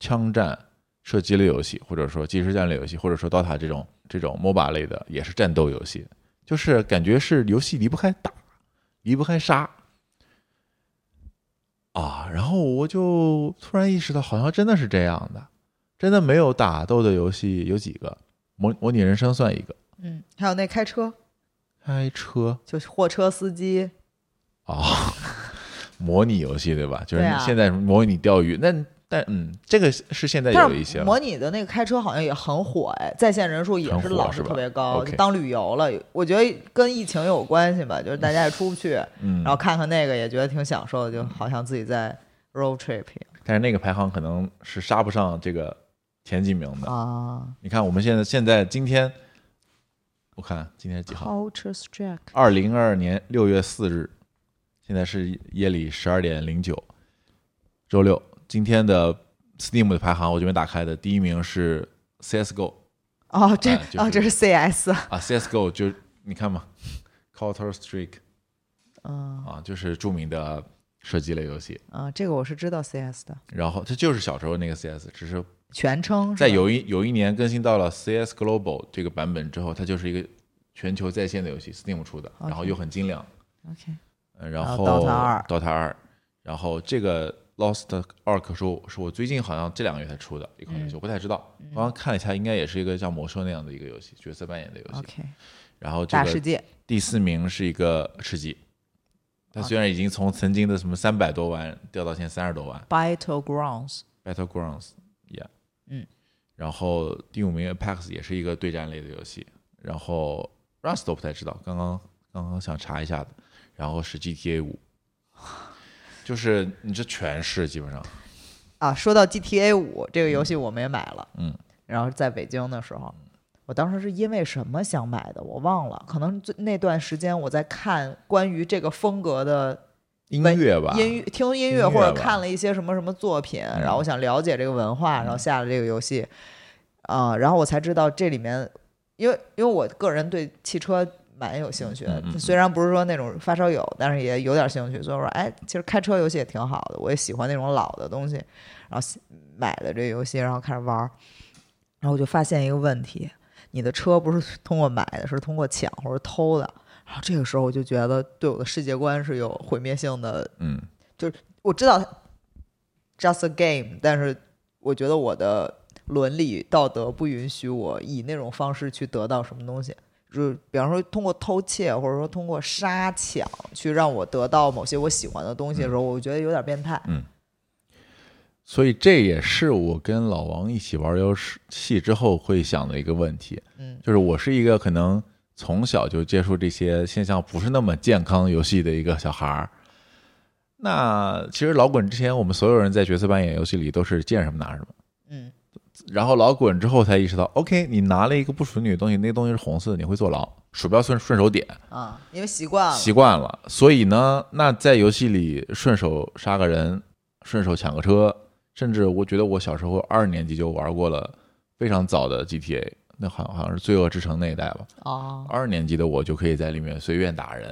C: 枪战、射击类游戏，或者说即时战略游戏，或者说 DOTA 这种这种 MOBA 类的，也是战斗游戏，就是感觉是游戏离不开打，离不开杀。啊，然后我就突然意识到，好像真的是这样的，真的没有打斗的游戏有几个，模模拟人生算一个，
D: 嗯，还有那开车，
C: 开车
D: 就是货车司机，
C: 啊哦，模拟游戏对吧？就是
D: 对啊
C: 现在模拟钓鱼，那但嗯，这个是现在
D: 但
C: 有一些
D: 是
C: 了
D: 模拟的那个开车好像也很火哎，在线人数也
C: 很
D: 是
C: 火
D: 老
C: 是
D: 是
C: 吧
D: 特别高，
C: OK
D: 就当旅游了。我觉得跟疫情有关系吧，就是大家也出不去，
C: 嗯
D: 然，后看看那个也觉得挺享受的，就好像自己在 road trip 一
C: 但是那个排行可能是杀不上这个前几名的。
D: 样啊。
C: 你看我们现在现在今天，我看今天是几号？
D: Culture Strike，
C: 二零二二年六月四日，现在是夜里十二点零九，周六。今天的 Steam 的排行，我这边打开的第一名是 CS:GO
D: 哦，这
C: 哎就是
D: 哦这是 CS，
C: 啊，CS:GO 就你看嘛，Counter Strike
D: 嗯
C: 啊，就是著名的射击类游戏。
D: 啊，这个我是知道 CS 的，
C: 然后它就是小时候那个 CS，只是
D: 全称是
C: 在
D: 吧
C: 有一有一年更新到了 CS Global 这个版本之后，它就是一个全球在线的游戏，Steam 出的，然后又很精良。
D: OK
C: 呃然
D: 然
C: 后
D: 后 Dota 2
C: Dota 2然后这个 Lost 二可是我是我最近好像这两个月才出的一款游
D: 嗯
C: 戏，我不太知道。我刚刚看了一下，应该也是一个像魔兽那样的一个游戏，角色扮演的游戏。
D: OK
C: 然后这
D: 大世
C: 个
D: 界
C: 第四名是一个吃鸡，
D: 啊
C: 它虽然已经从曾经的什么三百多万掉到现在三十多万
D: Battlegrounds，
C: ，Battlegrounds，yeah，
D: 嗯，
C: 然后第五名 Apex 也是一个对战类的游戏，然后 Rust 都不太知道，刚刚刚刚想查一下的，然后是 GTA 五，就是你这全是基本上，
D: 啊，说到 GTA 五这个游戏，我们也买了，
C: 嗯，
D: 然后在北京的时候，我当时是因为什么想买的，我忘了，可能最那段时间我在看关于这个风格的
C: 音
D: 文
C: 乐吧，
D: 音乐，听音
C: 音
D: 乐
C: 乐
D: 或
C: 吧
D: 者
C: 嗯
D: 看了一些什么什么作品，然后我想了解这个文化，然后下了这个游戏，啊、然后我才知道这里面，因为因为我个人对汽车。蛮有兴趣的
C: 嗯嗯嗯，
D: 虽然不是说那种发烧友，但是也有点兴趣。所以我说，哎，其实开车游戏也挺好的，我也喜欢那种老的东西。然后买的这个游戏，然后开始玩儿，然后我就发现一个问题：你的车不是通过买的，是通过抢或者偷的。然后这个时候我就觉得对我的世界观是有毁灭性的。
C: 嗯，
D: 我知道 just a game，但是我觉得我的伦理道德不允许我以那种方式去得到什么东西。就是比方说通过偷窃，或者说通过杀抢去让我得到某些我喜欢的东西的时候，我觉得有点变态。
C: 所以这也是我跟老王一起玩游戏之后会想的一个问题，
D: 嗯
C: 就是我是一个可能从小就接触这些现象不是那么健康游戏的一个小孩儿。那其实老滚之前，我们所有人在角色扮演游戏里都是见什么拿什么，
D: 嗯
C: 然后老滚之后才意识到，OK，你拿了一个不属于你的东西，那个东西是红色的，你会坐牢。鼠标顺顺手点，
D: 啊，因为习惯了。
C: 习惯了，所以呢，那在游戏里顺手杀个人，顺手抢个车，甚至我觉得我小时候二年级就玩过了非常早的 GTA，那好像好像是《罪恶之城》那一代吧。
D: 哦，
C: 二年级的我就可以在里面随便打人，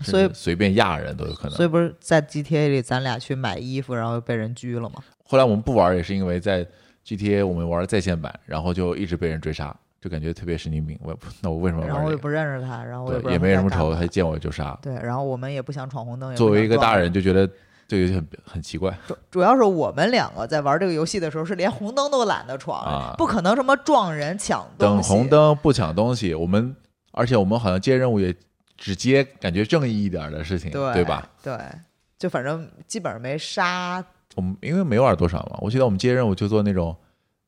C: 甚至
D: 所以
C: 随便压人都有可能
D: 所。以不是在 GTA 里咱俩去买衣服，然后被人拘了吗？
C: 后来我们不玩也是因为在 GTA 我们玩在线版，然后就一直被人追杀，就感觉特别神经病。哦我也不，那我为什么要
D: 然后
C: 玩
D: 我
C: 这
D: 也
C: 个？
D: 不认识他，然后我也不
C: 对，
D: 知
C: 也
D: 道
C: 没
D: 他
C: 什么
D: 干
C: 仇，
D: 嘛
C: 他见我就杀。
D: 对，然后我们也不想闯红灯。也不
C: 作为
D: 想
C: 一个大
D: 撞，
C: 人，就觉得这个很很奇怪。
D: 主主要是我们两个在玩这个游戏的时候，是连红灯都懒得闯，
C: 啊
D: 不可能什么撞人、抢东
C: 等
D: 西
C: 红。灯不抢东西，我们而且我们好像接任务也只接感觉正义一点的事情，
D: 对
C: 对吧？？
D: 对，就反正基本上没杀，
C: 我们因为没玩多少嘛，我记得我们接任务就做那种，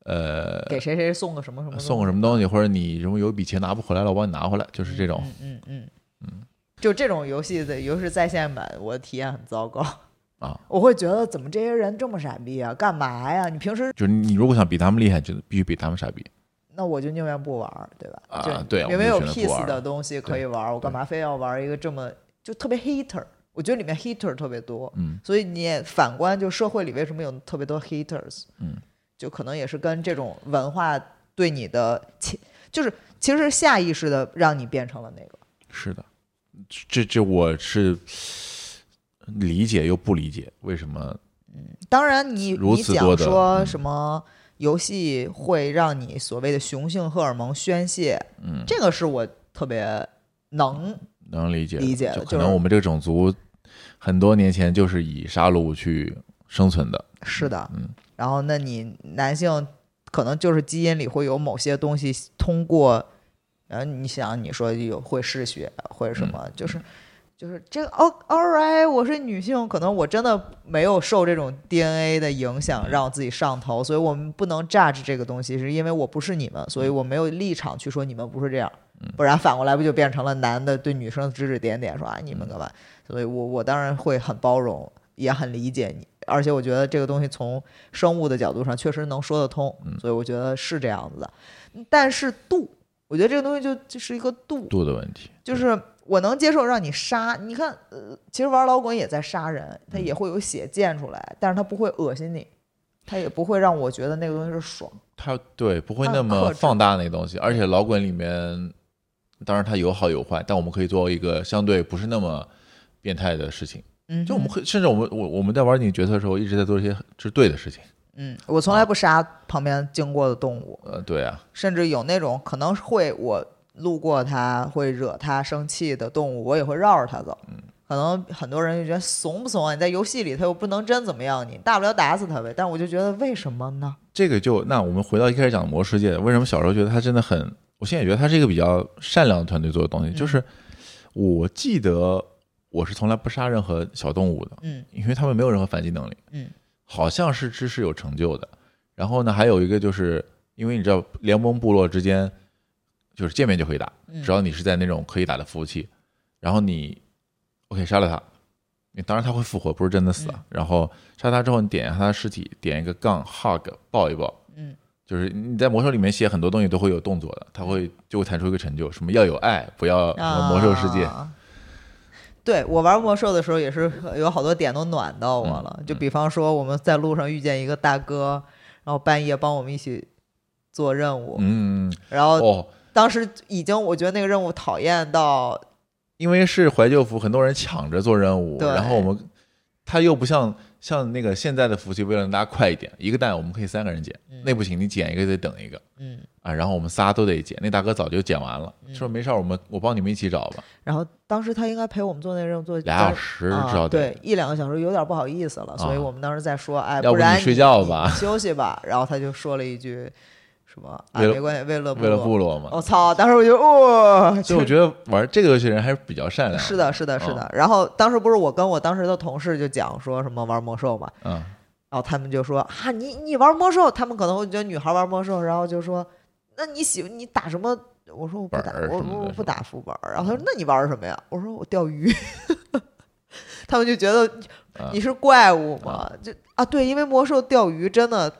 C: 呃，
D: 给谁谁送个什么什么东西，
C: 送个什么东西，或者你什么有一笔钱拿不回来了，我帮你拿回来，就是这种。
D: 嗯嗯嗯嗯，就这种游戏的，尤其是在线版，我的体验很糟糕
C: 啊。
D: 我会觉得怎么这些人这么傻逼啊？干嘛呀？你平时
C: 就是你如果想比他们厉害，就必须比他们傻逼。
D: 那我就宁愿不玩儿，对吧？
C: 啊
D: 就
C: 对啊
D: 明明有
C: 我就觉得不玩
D: peace
C: 儿
D: 的东西可以玩儿，我干嘛非要玩儿一个这么就特别 hater？我觉得里面 hater 特别多，
C: 嗯，
D: 所以你也反观，就社会里为什么有特别多 haters？
C: 嗯，
D: 就可能也是跟这种文化对你的潜，就是其实是下意识的让你变成了那个。
C: 是的，这这我是理解又不理解为什么
D: 当然你，你
C: 如此多的
D: 讲说
C: 嗯
D: 什么游戏会让你所谓的雄性荷尔蒙宣泄，
C: 嗯
D: 这个是我特别能
C: 能理解
D: 理解
C: 就
D: 的
C: 可
D: 就
C: 能
D: 是
C: 我们这个种族很多年前就是以杀戮去生存的。
D: 是的，
C: 嗯
D: 然后那你男性可能就是基因里会有某些东西
C: 嗯
D: 通过，呃，你想你说有会嗜血或者什么，就是就是这个 all all right，我是女性，可能我真的没有受这种 DNA 的影响，让我自己上头，所以我们不能 judge 这个东西，是因为我不是你们，所以我没有立场去说你们不是这样，不然反过来不就变成了男的对女生指指点点，说啊你们干嘛？所以我我当然会很包容，也很理解你，而且我觉得这个东西从生物的角度上确实能说得通，所以我觉得是这样子的，但是度，我觉得这个东西就就是一个度，
C: 度的问题，
D: 就是我能接受让你杀，你看，呃，其实玩老滚也在杀人，他
C: 嗯
D: 也会有血溅出来，但是他不会恶心你，他也不会让我觉得那个东西是爽。
C: 它对不会
D: 按
C: 那
D: 克
C: 么
D: 制
C: 放大那个东西，而且老滚里面，当然它有好有坏，但我们可以做一个相对不是那么变态的事情。
D: 嗯哼，
C: 就我们会，甚至我们我我们在玩女角色的时候，一直在做一些是对的事情。
D: 嗯，我从来不杀旁边经过的动物，
C: 呃，对啊，
D: 甚至有那种可能会我路过它会惹它生气的动物，我也会绕着它走。
C: 嗯
D: 可能很多人就觉得怂不怂啊？你在游戏里它又不能真怎么样你，大不了打死它呗。但我就觉得为什么呢？
C: 这个就那我们回到一开始讲的魔兽世界，为什么小时候觉得它真的很，我现在也觉得它是一个比较善良的团队做的东西，就是我记得我是从来不杀任何小动物的，
D: 嗯
C: 因为他们没有任何反击能力，
D: 嗯，
C: 好像是知识有成就的。然后呢，还有一个就是因为你知道联盟部落之间就是见面就可以打，
D: 嗯
C: 只要你是在那种可以打的服务器，然后你 OK 杀了他，你当然他会复活，不是真的死
D: 嗯
C: 啊。然后杀他之后，你点一下他的尸体，点一个杠 hug 抱一抱，
D: 嗯，
C: 就是你在魔兽里面写很多东西都会有动作的，它会就会弹出一个成就，什么要有爱，不要什么魔兽世界，
D: 啊对我玩魔兽的时候，也是有好多点都暖到我了。
C: 嗯
D: 就比方说，我们在路上遇见一个大哥，然后半夜帮我们一起做任务，
C: 嗯，
D: 然后
C: 哦，
D: 当时已经我觉得那个任务讨厌到，
C: 因为是怀旧服，很多人抢着做任务，
D: 对
C: 然后我们它又不像像那个现在的服务器，为了让大家快一点，一个蛋我们可以三个人捡，嗯那不行，你捡一个得等一个
D: 嗯，
C: 啊，然后我们仨都得捡，那大哥早就捡完了，说没事儿，我们我帮你们一起找吧，
D: 然后当时他应该陪我们做那个任务做
C: 俩小时至
D: 啊，
C: 少得
D: 对，一两个小时有点不好意思了，所以
C: 啊
D: 我们当时在说，哎，
C: 要不
D: 然
C: 你睡觉吧
D: 你休息吧。然后他就说了一句什么啊，
C: 为了
D: 没关系，为了
C: 为了部
D: 落，
C: 落嘛
D: 我、，操！当时我就哦哇，
C: 所以我觉得玩这个游戏的人还是比较善良，
D: 是，的，是的，是的。
C: 哦
D: 然后当时不是我跟我当时的同事就讲说什么玩魔兽嘛，
C: 嗯，
D: 然后他们就说啊，你你玩魔兽，他们可能会觉得女孩玩魔兽，然后就说那你喜你打什么？我说我不打
C: 本儿，
D: 我
C: 什么
D: 我
C: 的
D: 我
C: 是
D: 不打副本儿。然后他说那你玩什么呀？我说我钓
C: <laughs>
D: 鱼。他们就觉得
C: 啊
D: 你是怪物嘛，就啊对，因为魔兽钓鱼真的，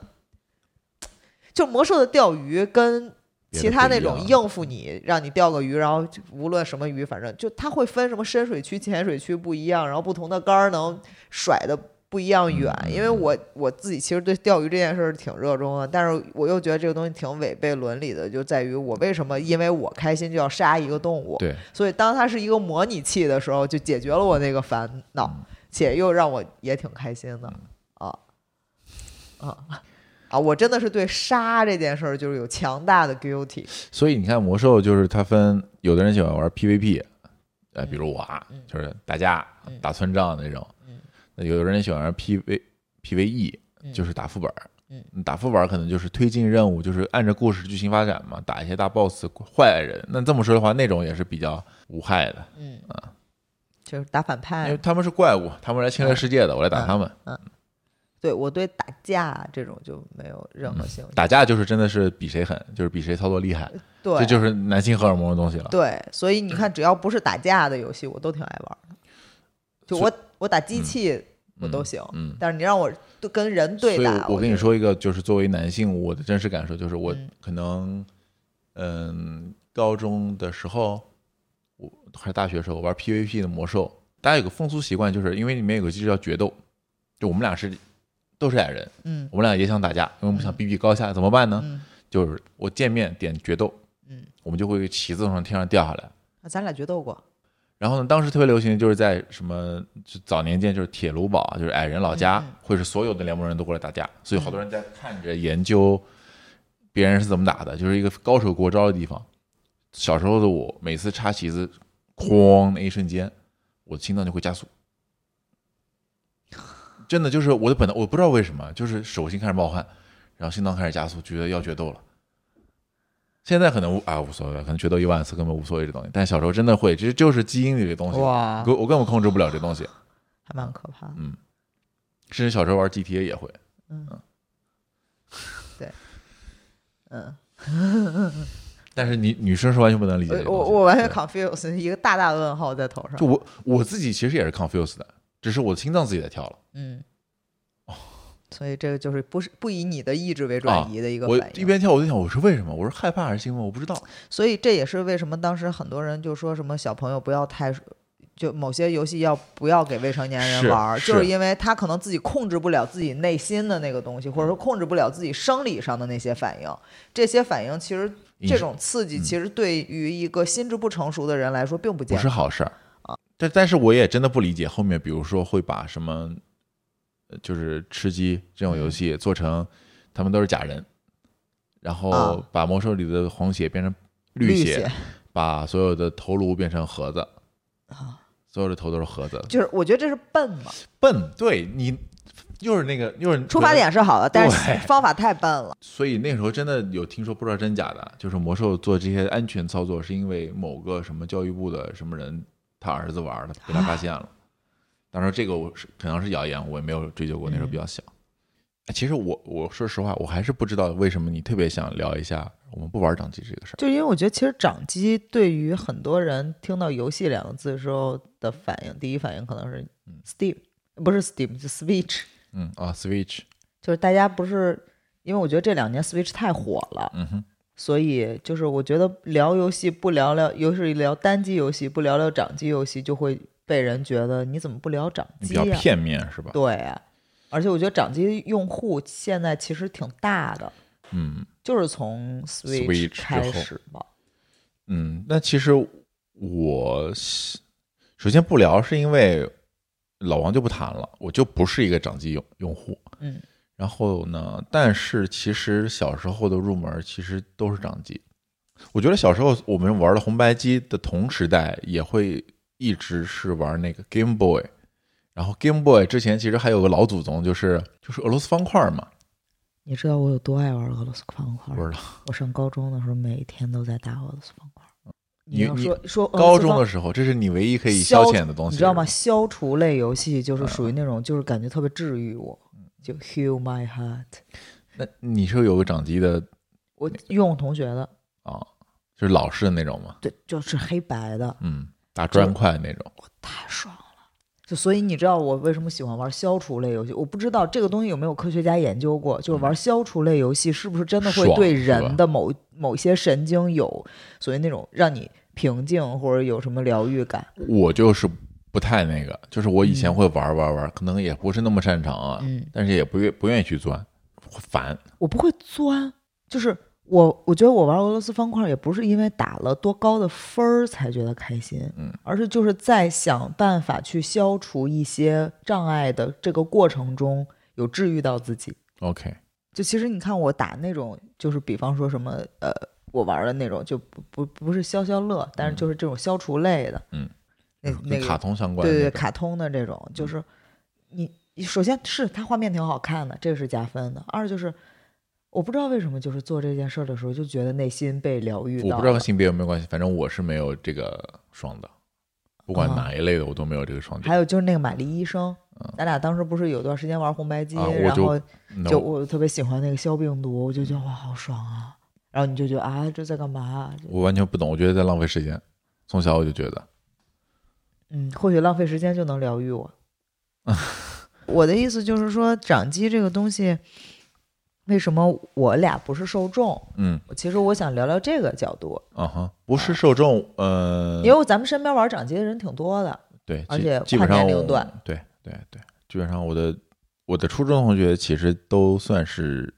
D: 就魔兽的钓鱼跟
C: 别
D: 其
C: 的
D: 他
C: 不
D: 那
C: 一
D: 种
C: 样
D: 应付你，让你钓个鱼，然后就无论什么鱼，反正就它会分什么深水区、浅水区不一样，然后不同的杆儿能甩的不一样远。
C: 嗯嗯
D: 因为我我自己其实对钓鱼这件事儿挺热衷的，但是我又觉得这个东西挺违背伦理的，就在于我为什么因为我开心就要杀一个动物？
C: 对，
D: 所以当它是一个模拟器的时候，就解决了我那个烦恼，
C: 嗯
D: 且又让我也挺开心的啊啊啊！我真的是对杀这件事儿就是有强大的 guilty，
C: 所以你看魔兽就是它分，有的人喜欢玩 PVP，呃，比如我啊，
D: 嗯
C: 就是打架、
D: 嗯
C: 打村仗那种
D: 嗯。
C: 那有的人喜欢玩 PV PVE，
D: 嗯
C: 就是打副本儿。
D: 嗯
C: 打副本儿可能就是推进任务，就是按照故事剧情发展嘛，打一些大 boss 坏人。那这么说的话，那种也是比较无害的，
D: 嗯就是打反
C: 啊因为
D: 派。
C: 他们是怪物，他们来
D: 嗯
C: 侵略世界的，我来打他们。
D: 对我对打架这种就没有任何兴趣。
C: 嗯打架就是真的是比谁狠，就是比谁操作厉害，
D: 对，
C: 这就是男性荷尔蒙的东西了。
D: 对，所以你看，只要不是打架的游戏，我都挺爱玩的。就
C: 所
D: 我我打机器、我都
C: 嗯
D: 行，
C: 嗯，
D: 但是你让我对跟人对
C: 所以
D: 打，
C: 我跟
D: 觉
C: 你
D: 得，
C: 说一个，就是作为男性，我的真实感受就是，我
D: 嗯
C: 可能，嗯，高中的时候，我还是大学的时候我玩 PVP 的魔兽，大家有个风俗习惯，就是因为里面有个机制叫决斗，就我们俩是都是矮人，
D: 嗯
C: 我们俩也想打架，因为我们想比比高下，怎么办呢？
D: 嗯
C: 就是我见面点决斗，
D: 嗯，
C: 我们就会旗子从天上掉下来。
D: 啊咱俩决斗过，
C: 然后呢，当时特别流行的就是在什么就早年间就是铁炉堡，就是矮人老家
D: 嗯嗯，
C: 会是所有的联盟人都过来打架，所以好多人在看着研究别人是怎么打的，就是一个高手过招的地方。小时候的我，每次插旗子，哐，那一瞬间，我的心脏就会加速。真的就是我的本能，我不知道为什么，就是手心开始冒汗，然后心脏开始加速，觉得要决斗了。现在可能无啊无所谓，可能决斗一万次根本无所谓这东西，但小时候真的会，这就是基因里的东西，
D: 哇，
C: 我我根本控制不了这东西。
D: 还蛮可怕的。
C: 甚至小时候玩 GTA 也会，
D: 嗯，对，嗯，
C: 但是女女生是完全不能理解这个
D: 我
C: 东西。
D: 我完全
C: 对
D: confused，一个大大问号在头
C: 就
D: 上。
C: 我我自己其实也是 confused 的，只是我的心脏自己在跳了。
D: 嗯，
C: 哦
D: 所以这个就是不是不以你的意志为转移的一个
C: 我
D: 反
C: 一
D: 应。
C: 边跳我就想，我是为什么？我是害怕还是兴奋？我不知道。
D: 所以这也是为什么当时很多人就说什么小朋友不要太。就某些游戏要不要给未成年人
C: 是
D: 玩儿，就是是因为他可能自己控制不了自己内心的那个东西，或
C: 嗯
D: 者说控制不了自己生理上的那些反应。这些反应其实
C: 你
D: 这
C: 是
D: 种刺激，
C: 嗯
D: 其实对于一个心智不成熟的人来说并不
C: 不
D: 健
C: 是
D: 康。
C: 好事儿。
D: 啊
C: 但但是我也真的不理解后面，比如说会把什么，呃就是吃鸡这种游
D: 嗯
C: 戏做成他们都是假人，然后
D: 啊
C: 把魔兽里的红血变成绿
D: 绿
C: 血，把所有的头颅变成盒子，
D: 啊，
C: 所有的头都是盒子。
D: 就是我觉得这是笨嘛，
C: 笨，对你又是那个又是
D: 出发。点是好的，但
C: 对
D: 是方法太笨了。
C: 所以那时候真的有听说，不知道真假的，就是魔兽做这些安全操作是因为某个什么教育部的什么人他儿子玩儿了，被他发现
D: 啊
C: 了。当时这个我是可能是谣言，我也没有追究过，
D: 嗯
C: 那时候比较小。哎其实我我说实话，我还是不知道为什么你特别想聊一下我们不玩掌机这个事儿。
D: 就因为我觉得，其实掌机对于很多人听到“游戏”两个字之后的反应，第一反应可能是 Steam，不是 Steam，就 Switch。
C: 嗯啊，Switch，
D: 就是大家不是，因为我觉得这两年 Switch 太火了，
C: 嗯哼，
D: 所以就是我觉得聊游戏不聊聊，尤其是聊单机游戏不聊聊掌机游戏，就会被人觉得你怎么不聊掌
C: 你
D: 机
C: 比较
D: 呀、
C: 片面是吧？
D: 对啊，而且我觉得掌机用户现在其实挺大的，
C: 嗯
D: 就是从
C: Switch 之
D: Switch 开
C: 后
D: 始吧。
C: 嗯，那其实我是首先不聊，是因为老王就不谈了，我就不是一个掌机用用户。
D: 嗯，
C: 然后呢，但是其实小时候的入门其实都是掌机。我觉得小时候我们玩的红白机的同时代，也会一直是玩那个 Game Boy。然后 Game Boy 之前其实还有个老祖宗，就是就是俄罗斯方块嘛，
D: 你知道我有多爱玩俄罗斯方块
C: 不知
D: 儿？
C: 道
D: 我上高中的时候，每天都在打俄罗斯方块儿。
C: 你
D: 要
C: 你
D: 说说俄罗
C: 高
D: 斯
C: 中
D: 方
C: 的时候，这是你唯一可以消遣的东西，嗯
D: 你知道吗？？消除类游戏就是属于那种，就是感觉特别治愈我，就 heal my heart。
C: 那你是有个掌机的
D: 我用同学的，
C: 啊，就是老式的那种嘛，
D: 对，就是黑白的，
C: 嗯，打砖块那种。
D: 太爽了。就所以你知道我为什么喜欢玩消除类游戏？我不知道这个东西有没有科学家研究过，就是玩消除类游戏是不是真的会
C: 嗯爽
D: 对
C: 是吧
D: 人的某某些神经有所谓那种让你平静或者有什么疗愈感？
C: 我就是不太那个，就是我以前会玩玩玩，可能也不是那么擅长啊，
D: 嗯
C: 但是也不愿不愿意去钻，烦。
D: 我不会钻，就是我我觉得我玩俄罗斯方块也不是因为打了多高的分儿才觉得开心，
C: 嗯，
D: 而是就是在想办法去消除一些障碍的这个过程中有治愈到自己。
C: OK，
D: 就其实你看我打那种，就是比方说什么呃，我玩的那种就不不不是消消乐，但是就是这种消除类的，
C: 嗯，
D: 那那
C: 跟卡
D: 个
C: 通相关
D: 对
C: 的
D: 对
C: 那嗯
D: 对
C: 种
D: 卡通的这种，就是你你首先是它画面挺好看的，这个是加分的。二就是我不知道为什么，就是做这件事儿的时候就觉得内心被疗愈
C: 我
D: 到
C: 不知道
D: 了
C: 和，性别有没有关系，反正我是没有这个双的，不管
D: 啊
C: 哪一类的我都没有这个双
D: 还
C: 点。
D: 有就是那个玛丽医生，咱俩当时不是有段时间玩红白机，
C: 嗯啊我
D: 然
C: 就
D: 后
C: 那
D: 就
C: 我
D: 我特别喜欢那个消病毒，我就觉得哇好爽啊，然后你就觉得啊这在干嘛啊、就
C: 我完全不懂，我觉得在浪费时间。从小我就觉得，
D: 嗯，或许浪费时间就能疗
C: <laughs>
D: 愈我。我的意思就是说，掌机这个东西，为什么我俩不是受众？
C: 嗯
D: 其实我想聊聊这个角度，
C: 啊哈，不是受众，呃，
D: 因为咱们身边玩掌机的人挺多的，
C: 对，
D: 而
C: 基
D: 且
C: 基
D: 跨
C: 本上
D: 年龄
C: 我
D: 段，
C: 对对对，基本上我的我的初中同学其实都算是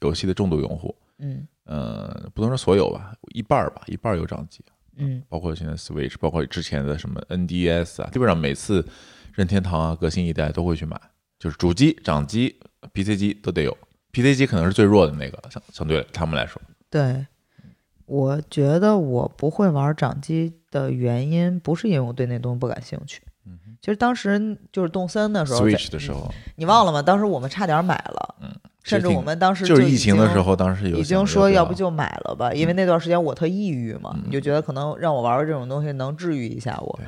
C: 游戏的重度用户，
D: 嗯
C: 呃，不能说所有吧，一半儿吧，一半儿有掌机，
D: 嗯
C: 包括现在 Switch，包括之前的什么 NDS 啊，基本上每次任天堂啊，革新一代都会去买，就是主机、掌机、PC 机都得有，PC 机可能是最弱的那个，相相对他们来说，
D: 对，我觉得我不会玩掌机的原因，不是因为我对那东西不感兴趣。其实当时就是动森的时候在，
C: 嗯 Switch 的时候，
D: 你忘了吗？当时我们差点买了，
C: 嗯其实
D: 甚至
C: 挺
D: 我们当时
C: 就是
D: 已
C: 疫情的
D: 经
C: 时候，当时有
D: 已
C: 想
D: 经说
C: 要
D: 要
C: 不
D: 不就买了吧，因为那段时间我特抑郁嘛，
C: 嗯
D: 你就觉得可能让我玩玩这种东西能治愈一下我
C: 对。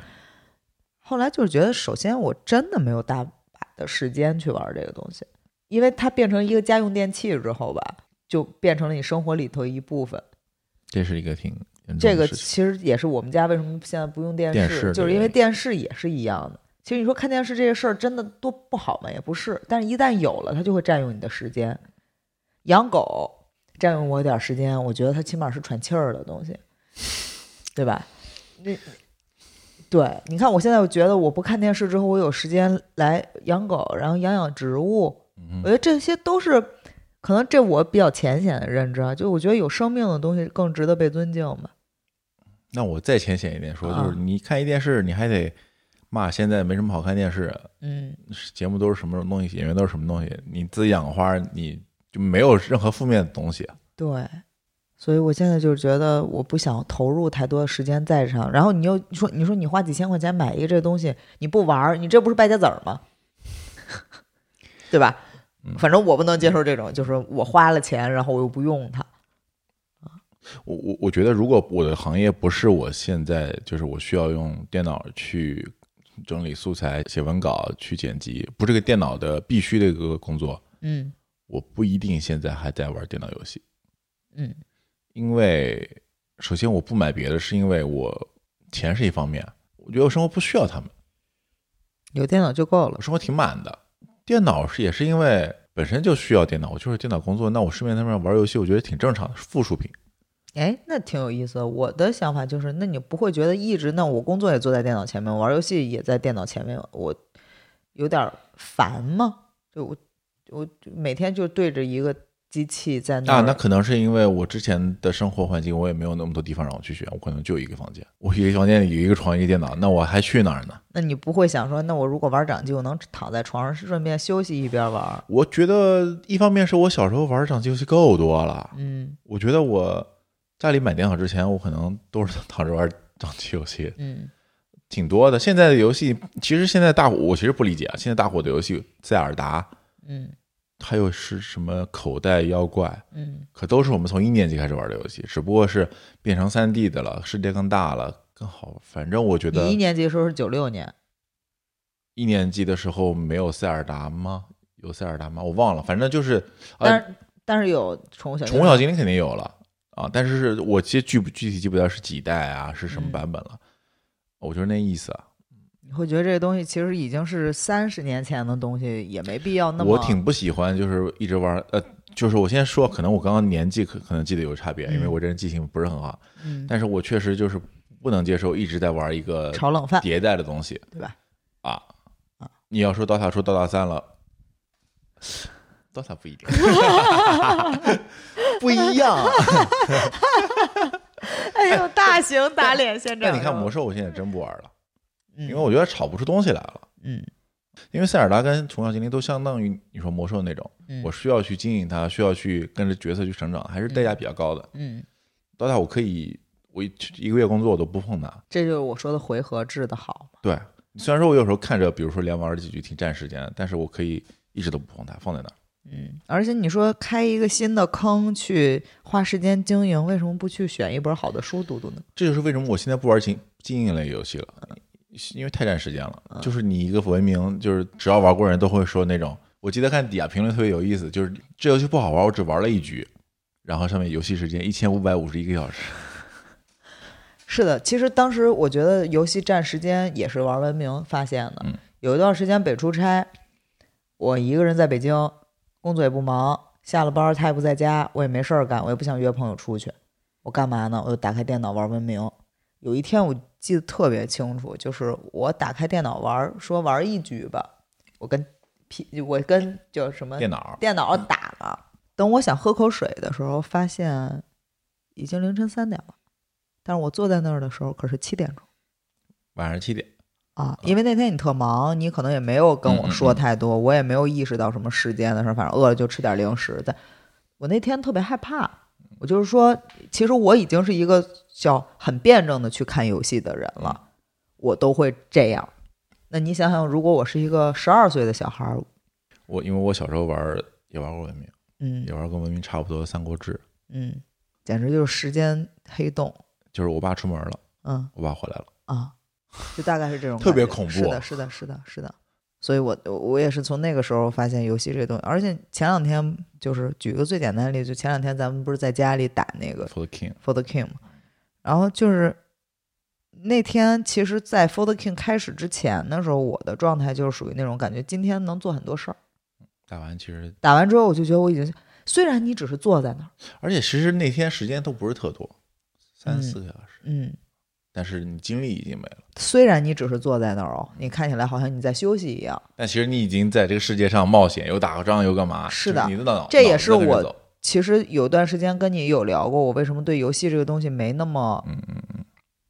D: 后来就是觉得，首先我真的没有大把的时间去玩这个东西，因为它变成一个家用电器之后吧，就变成了你生活里头一部分。
C: 这是一个挺严重
D: 这个
C: 的事情
D: 其实也是我们家为什么现在不用电视，
C: 电视
D: 就是因为电视也是一样的。其实你说看电视这个事儿真的多不好嘛，也不是，但是一旦有了，它就会占用你的时间。养狗占用我一点时间，我觉得它起码是喘气儿的东西，对吧？那对，你看我现在我觉得我不看电视之后，我有时间来养狗，然后养养植物，
C: 嗯
D: 我觉得这些都是可能这我比较浅显的认知啊，就我觉得有生命的东西更值得被尊敬嘛。
C: 那我再浅显一点说，
D: 啊
C: 就是你看一电视，你还得骂现在没什么好看电视，
D: 嗯，
C: 节目都是什么东西，演员都是什么东西，你自己养花，你就没有任何负面的东西。
D: 对，所以我现在就是觉得我不想投入太多的时间在上，然后你又你说你说你花几千块钱买一个这东西，你不玩儿，你这不是败家子儿吗？ <laughs> 对吧
C: 嗯？
D: 反正我不能接受这种，就是我花了钱，然后我又不用它。
C: 我我我觉得，如果我的行业不是我现在就是我需要用电脑去整理素材、写文稿、去剪辑，不是个电脑的必须的一个工作，
D: 嗯
C: 我不一定现在还在玩电脑游戏。
D: 嗯
C: 因为首先我不买别的，是因为我钱是一方面，我觉得我生活不需要他们，
D: 有电脑就够了
C: 我。生活挺满的。电脑是也是因为本身就需要电脑，我就是电脑工作，那我顺便他们玩游戏，我觉得挺正常的，是附属品。
D: 哎，那挺有意思的。我的想法就是，那你不会觉得一直那我工作也坐在电脑前面，玩游戏也在电脑前面，我有点儿烦吗？就我我就每天就对着一个机器在那
C: 啊，
D: 儿
C: 那可能是因为我之前的生活环境，我也没有那么多地方让我去选，我可能就一个房间，我一个房间里有一个床，一个电脑，那我还去哪儿呢？
D: 那你不会想说，那我如果玩掌机，我能躺在床上顺便休息一边玩儿？
C: 我觉得一方面是我小时候玩掌机游戏够多了，
D: 嗯
C: 我觉得我家里买电脑之前，我可能都是 <laughs> 躺着玩掌机游戏，
D: 嗯
C: 挺多的。现在的游戏，其实现在大火，我其实不理解啊。现在大火的游戏，塞尔达，
D: 嗯
C: 还有是什么口袋妖怪，
D: 嗯
C: 可都是我们从一年级开始玩的游戏，只不过是变成三 D 的了，世界更大了，更好。反正我觉
D: 你一
C: 得
D: 年级的时候是九六年，
C: 一年级的时候没有塞尔达吗？有塞尔达吗？我忘了，反正就是，呃，
D: 但是、但是有宠物小精
C: 宠物小
D: 灵
C: 精灵肯定有了啊，但是是我其实具不具体记不得是几代啊，是什
D: 嗯
C: 么版本了。我就是那意思啊，
D: 你会觉得这个东西其实已经是三十年前的东西，也没必要那么
C: 我挺不喜欢，就是一直玩儿，呃，就是我先说，可能我刚刚年纪可可能记得有差别，因为
D: 嗯
C: 我这人记性不是很好，
D: 嗯
C: 但是我确实就是不能接受一直在玩儿一个
D: 炒冷饭，
C: 迭代的东西
D: 对吧？
C: 啊
D: 啊。
C: 你要说 DOTA 说 DOTA 三了，DOTA 不一定，不一样。
D: <laughs> 哎呦，大型打脸现
C: 但你看魔兽，我现在真不玩了，
D: 嗯，
C: 因为我觉得炒不出东西来了。
D: 嗯
C: 因为塞尔达跟宠物小精灵都相当于你说魔兽那种，
D: 嗯
C: 我需要去经营它，需要去跟着角色去成长，还是代价比较高的。
D: <laughs> 嗯，
C: DOTA 我可以，我一一个月工作我都不碰它。
D: 这就是我说的回合制的好嘛。
C: 对，虽然说我有时候看着，比如说连玩几局挺占时间的，但是我可以一直都不碰它，放在那儿。
D: 嗯，而且你说开一个新的坑去花时间经营，为什么不去选一本好的书读读呢？
C: 这就是为什么我现在不玩经经营类游戏了，因为太占时间了。就是你一个文明，就是只要玩过人都会说那种。我记得看底下评论特别有意思，就是这游戏不好玩，我只玩了一局，然后上面游戏时间一千五百五十一个小时。
D: 是的，其实当时我觉得游戏占时间也是玩文明发现的。
C: 嗯
D: 有一段时间北出差，我一个人在北京，工作也不忙，下了班儿他也不在家，我也没事儿干，我也不想约朋友出去，我干嘛呢？我就打开电脑玩文明。有一天我记得特别清楚，就是我打开电脑玩儿，说玩儿一局吧，我跟 P 我跟叫什么
C: 电脑
D: 电脑打了。等我想喝口水的时候，发现已经凌晨三点了。但是我坐在那儿的时候可是七点钟
C: 晚上七点，
D: 啊，因为那天你特忙，你可能也没有跟我说
C: 嗯嗯嗯嗯
D: 太多，我也没有意识到什么时间的事儿，反正饿了就吃点零食。但我那天特别害怕，
C: 嗯
D: 我就是说，其实我已经是一个叫很辩证的去看游戏的人
C: 嗯
D: 了，我都会这样。那你想想，如果我是一个十二岁的小孩儿，
C: 我因为我小时候玩也玩过文明，
D: 嗯
C: 也玩过文明差不多的《三国志》，
D: 嗯，简直就是时间黑洞，
C: 就是我爸出门了，
D: 嗯
C: 我爸回来了， <laughs>
D: 啊，就大概是这种感觉，
C: 特别恐怖
D: 是的，是的，是的，是的。所以我我也是从那个时候发现游戏这个东西，而且前两天就是举个最简单的例子，就前两天咱们不是在家里打那个
C: For the King，
D: For the King 嘛，然后就是那天，其实，在 For the King 开始之前的时候，我的状态就是属于那种感觉，今天能做很多事儿。
C: 打完其实，
D: 打完之后，我就觉得我已经，虽然你只是坐在那儿，
C: 而且其实那天时间都不是特多，三
D: 嗯
C: 四个小时，
D: 嗯，
C: 但是你精力已经没了，
D: 虽然你只是坐在那儿哦，你看起来好像你在休息一样。
C: 但其实你已经在这个世界上冒险，又打个仗又干嘛？
D: 是
C: 就
D: 的
C: 你的脑
D: 这也
C: 脑子
D: 是
C: 在跟着
D: 我
C: 走
D: 其实有段时间跟你有聊过，我为什么对游戏这个东西没那么
C: 嗯嗯嗯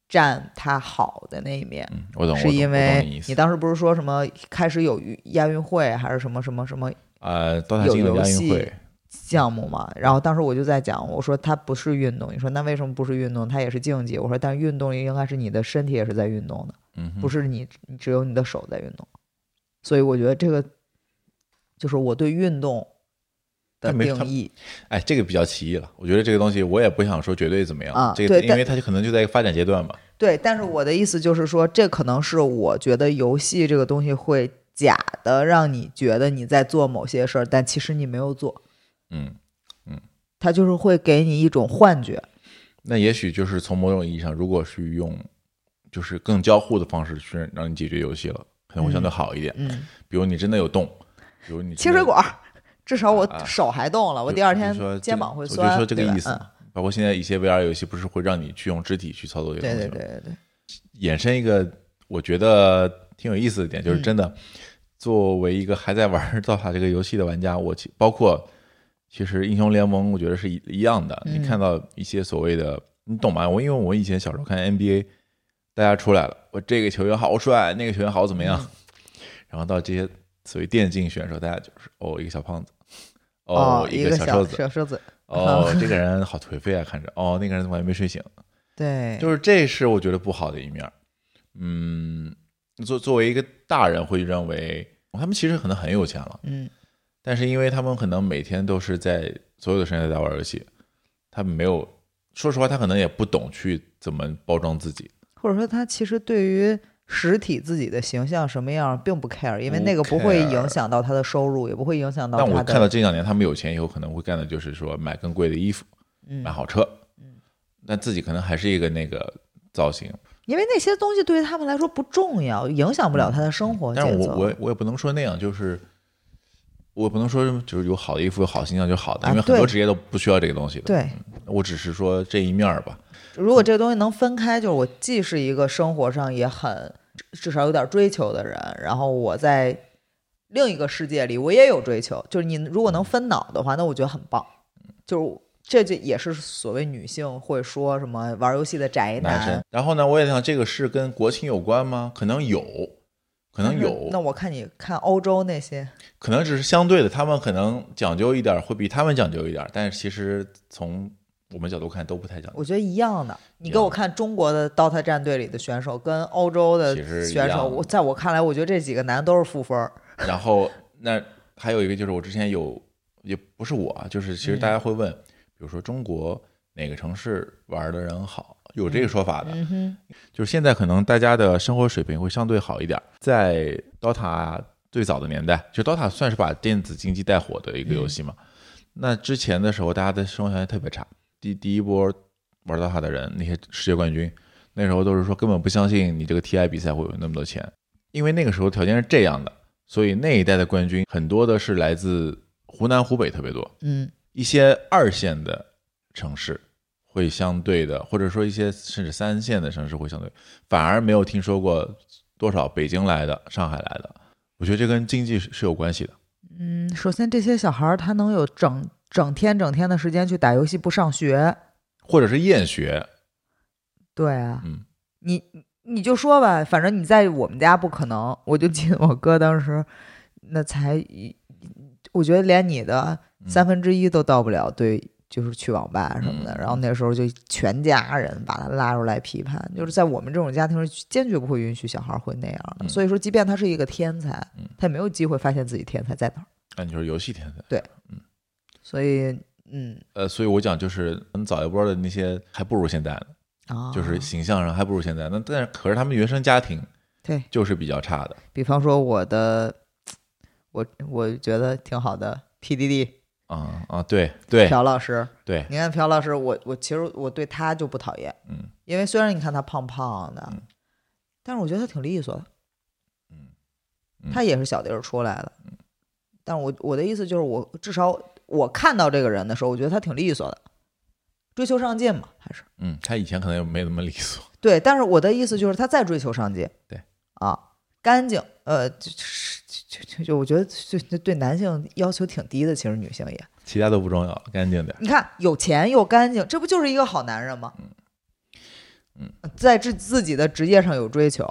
D: 占它好的那一面，
C: 嗯，我懂，我
D: 是
C: 懂
D: 因
C: 我
D: 为
C: 懂你意思
D: 你当时不是说什么开始有亚运会还是什么什么什么
C: 呃，《刀塔
D: 有
C: 经》的
D: 游
C: 亚运
D: 戏
C: 会，
D: 项目嘛，然后当时我就在讲，我说它不是运动，你说那为什么不是运动？它也是竞技。我说，但运动应该是你的身体也是在运动的，
C: 嗯哼，
D: 不是你你只有你的手在运动。所以我觉得这个就是我对运动的
C: 但没
D: 定
C: 它
D: 义。
C: 哎，这个比较歧义了。我觉得这个东西我也不想说绝对怎么样，
D: 啊
C: 这个
D: 对
C: 因
D: 但
C: 为它就可能就在一个发展阶段吧。
D: 对，但是我的意思就是说，这可能是我觉得游戏这个东西会假的让你觉得你在做某些事儿，但其实你没有做，
C: 嗯，
D: 它就是会给你一种幻觉。
C: 那也许就是从某种意义上，如果是用就是更交互的方式去让你解决游戏了，可能会相对好一点。
D: 嗯，
C: 比如你真的有动，比如你
D: 切
C: 真的
D: 水，管儿， <laughs> 至少我
C: 啊啊
D: 手还动了，我
C: 就
D: 第二
C: 就
D: 天
C: 说
D: 肩
C: 这
D: 膀会
C: 我
D: 酸，
C: 就说这个
D: 对吧
C: 意思
D: 嗯
C: 嘛。包括现在一些 VR 游戏不是会让你去用肢体去操作这个
D: 对
C: 东西
D: 对
C: 吗
D: 对对对，
C: 衍生一个我觉得挺有意思的点，就是真的，作为一个还在 <laughs> 玩《刀塔》这个游戏的玩家，我其包括其实《英雄联盟》，我觉得是一一样的。
D: 嗯
C: 你看到一些所谓的，你懂吗？我因为我以前小时候看 NBA，大家出来了，我这个球员好帅，那个球员好怎么样， <laughs> 然后到这些所谓电竞选手，大家就是哦，一个小胖子，哦，
D: 一
C: 个
D: 个
C: 小
D: 小
C: 瘦子，
D: 小瘦子，
C: 哦，这个人好颓废啊，看着，哦，那个人怎么还没睡醒？
D: 对，
C: 就是这是我觉得不好的一面儿。嗯，作作为一个大人会认为他们其实可能很有钱了，
D: 嗯
C: 但是因为他们可能每天都是在所有的时间都在玩游戏，他们没有说实话，他可能也不懂去怎么包装自己，
D: 或者说他其实对于实体自己的形象什么样并不 care，因为
C: 不
D: 那个不会
C: care
D: 影响到他的收入，也不会影响到
C: 但我
D: 他
C: 看到
D: 的
C: 这两年他们有钱以后，可能会干的就是说买更贵的衣服，
D: 嗯
C: 买，好车，但自己可能还是一个那个造型。
D: 因为那些东西对于他们来说不重要，影响不了他的生活节
C: 嗯但是我
D: 奏。啊
C: 我也我也不能说那样，就是我也不能说就是有好的衣服有好形象就好的，
D: 啊
C: 因为很多
D: 对
C: 职业都不需要这个东西的。
D: 对，
C: 我只是说这一面儿吧。
D: 如果这个东西能分开，就是我既是一个生活上也很至少有点追求的人，然后我在另一个世界里我也有追求，就是你如果能分脑的话，那我觉得很棒。
C: 嗯
D: 就是这就也是所谓女性会说什么玩游戏的宅
C: 男生，然后呢，我也想这个是跟国情有关吗？可能有，可能
D: 但是嗯那
C: 有，
D: 我看你看欧洲那些，
C: 可能只是相对的，他们可能讲究一点儿，会比他们讲究一点儿，但是其实从我们角度看都不太讲究。
D: 我觉得一样的。你
C: 一
D: 给我
C: 样
D: 看中国的 DOTA 战队里的选手跟欧洲的
C: 其实一
D: 选
C: 样
D: 手，
C: 的
D: 我在我看来，我觉得这几个男都是负分儿。
C: <laughs> 然后那还有一个就是我之前有，也不是我啊，就是其实大家会问，比如说中国哪个城市玩的人好，有这个说法的，
D: 嗯哼，
C: 就是现在可能大家的生活水平会相对好一点儿，在 DOTA 最早的年代，就 DOTA 算是把电子竞技带火的一个游戏嘛。那之前的时候，大家的生活条件特别差，第第一波玩 DOTA 的人，那些世界冠军，那时候都是说根本不相信你这个 TI 比赛会有那么多钱，因为那个时候条件是这样的，所以那一代的冠军很多的是来自湖南、湖北特别多，
D: 嗯
C: 一些二线的城市会相对的，或者说一些甚至三线的城市会相对，反而没有听说过多少北京来的、上海来的。我觉得这跟经济是是有关系的。
D: 嗯，首先这些小孩儿他能有整整天整天的时间去打游戏不上学，
C: 或者是厌学，
D: 对啊，
C: 嗯，
D: 你你就说吧，反正你在我们家不可能。我就记得我哥当时那才一，我觉得连你的
C: 嗯
D: 三分之一都到不了，对，就是去网吧什么的。
C: 嗯
D: 然后那时候就全家人把他拉出来批判，就是在我们这种家庭是坚决不会允许小孩会那样的。
C: 嗯
D: 所以说，即便他是一个天才
C: 嗯，
D: 他也没有机会发现自己天才在哪儿。
C: 那你说游戏天才，
D: 对，
C: 嗯，
D: 所以嗯
C: 呃，所以我讲就是很早一波的那些还不如现在呢，
D: 啊，
C: 就是形象上还不如现在。那但是可是他们原生家庭
D: 对
C: 就是比较差的
D: 比方说我的，我我觉得挺好的 PDD
C: 啊啊，对对
D: 朴老师，
C: 对，
D: 你看朴老师，我我其实我对他就不讨厌，
C: 嗯
D: 因为虽然你看他胖胖的，
C: 嗯
D: 但是我觉得他挺利索的，
C: 嗯嗯
D: 他也是小地儿出来的，但是我我的意思就是我至少我看到这个人的时候，我觉得他挺利索的，追求上进嘛，还是
C: 嗯，他以前可能也没那么利索，
D: 对，但是我的意思就是他再追求上进，
C: 对
D: 啊，干净，呃，就就就就我觉得就就对男性要求挺低的，其实女性也，
C: 其他都不重要了，干净点儿。
D: 你看有钱又干净，这不就是一个好男人吗？
C: 嗯
D: 在自自己的职业上有追求，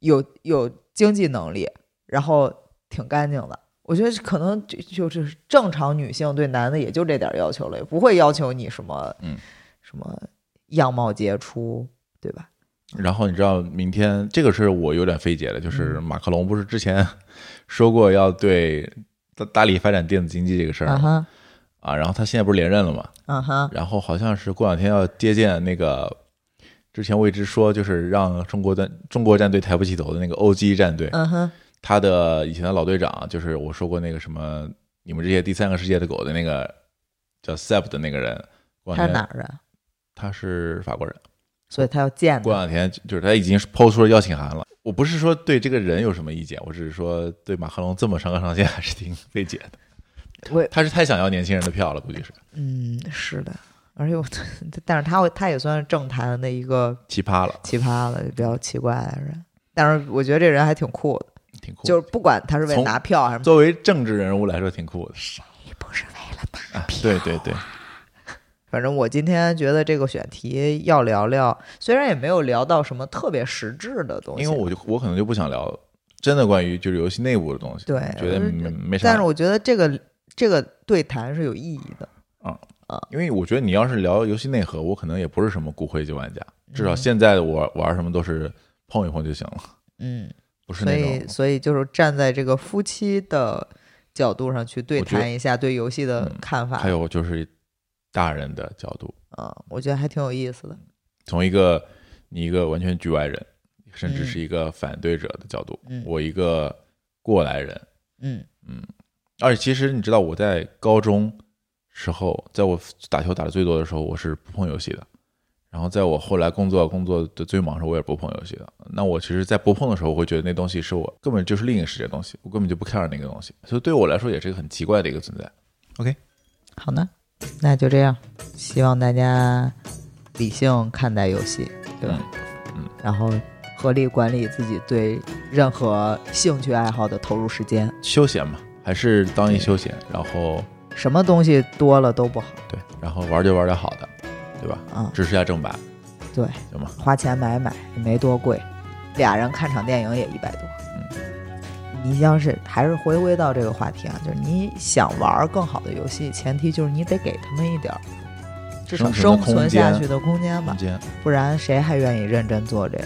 D: 有有经济能力，然后挺干净的。我觉得可能就就是正常女性对男的也就这点要求了，也不会要求你什么，
C: 嗯
D: 什么样貌杰出，对吧？
C: 然后你知道明天这个是我有点费解的，就是
D: 嗯
C: 马克龙不是之前 <laughs> 说过要对大大力发展电子经济这个事
D: 啊
C: 儿
D: 哈，
C: 啊，然后他现在不是连任了嘛，
D: 啊哈，
C: 然后好像是过两天要接见那个之前我一直说就是让中国的中国战队抬不起头的那个欧击战队，
D: 嗯哼，
C: 他的以前的老队长就是我说过那个什么你们这些第三个世界的狗的那个叫 Sep 的那个人，过
D: 他
C: 两
D: 是哪
C: 天
D: 儿人？
C: 他是法国人。
D: 所以他要见
C: 过
D: 他。
C: 两天就是他已经抛出了邀请函了。我不是说对这个人有什么意见，我只是说对马克龙这么上纲上线还是挺费解的。
D: 我
C: 他是太想要年轻人的票了，估计是
D: 嗯，是的，而且我， <laughs> 但是他会，他也算是政坛的一个
C: 奇葩了，
D: 奇葩了，比较奇怪的人。但是我觉得这人还挺酷的，
C: 挺酷的。
D: 就是不管他是为了
C: 从
D: 拿票还是
C: 作为政治人物来说，挺酷的。
D: 不是为了拿，
C: 啊、对对对，
D: 反正我今天觉得这个选题要聊聊，虽然也没有聊到什么特别实质的东西，
C: 因为我就我可能就不想聊真的关于就是游戏内部的东西，
D: 对
C: 觉得没没
D: 但
C: 啥
D: 是。我觉得这个这个对谈是有意义的。
C: 因为我觉得你要是聊游戏内核，我可能也不是什么骨灰级玩家，至少现在我玩什么都是碰一碰就行了，
D: 嗯，
C: 不是
D: 所
C: 那
D: 以
C: 种
D: 所以就是站在这个夫妻的角度上去对
C: 我觉得
D: 谈一下对游戏的
C: 嗯
D: 看法，
C: 还有就是大人的角度。
D: 嗯，我觉得还挺有意思的。
C: 从一个你一个完全局外人，甚至
D: 嗯
C: 是一个反对者的角度，
D: 嗯
C: 我一个过来人，
D: 嗯
C: 而且其实你知道我在高中时候，在我打球打的最多的时候，我是不碰游戏的。然后在我后来工作工作的最忙的时候，我也不碰游戏的。那我其实，在不碰的时候，我会觉得那东西是我根本就是另一个世界的东西，我根本就不 care 那个东西，所以对我来说也是一个很奇怪的一个存在。
D: 好呢，那就这样，希望大家理性看待游戏，对吧？
C: 嗯嗯
D: 然后合理管理自己对任何兴趣爱好的投入时间，
C: 休闲嘛，还是当一休闲，然后
D: 什么东西多了都不好
C: 对，然后玩就玩点好的，对吧？
D: 啊、
C: 支持一下正版，
D: 对，
C: 行吗？
D: 花钱买买也没多贵，俩人看场电影也一百多。
C: 嗯
D: 你要是还是回归到这个话题啊，就是你想玩更好的游戏，前提就是你得给他们一点儿至少
C: 生存
D: 生
C: 的空
D: 存
C: 间
D: 下去的空间吧
C: 空，间。
D: 不然谁还愿意认真做这个？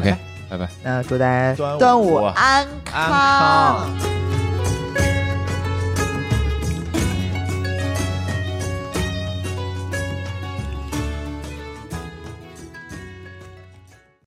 C: OK，拜拜。
D: 那祝大家
C: 端午
D: 端午安
C: 安康
D: 康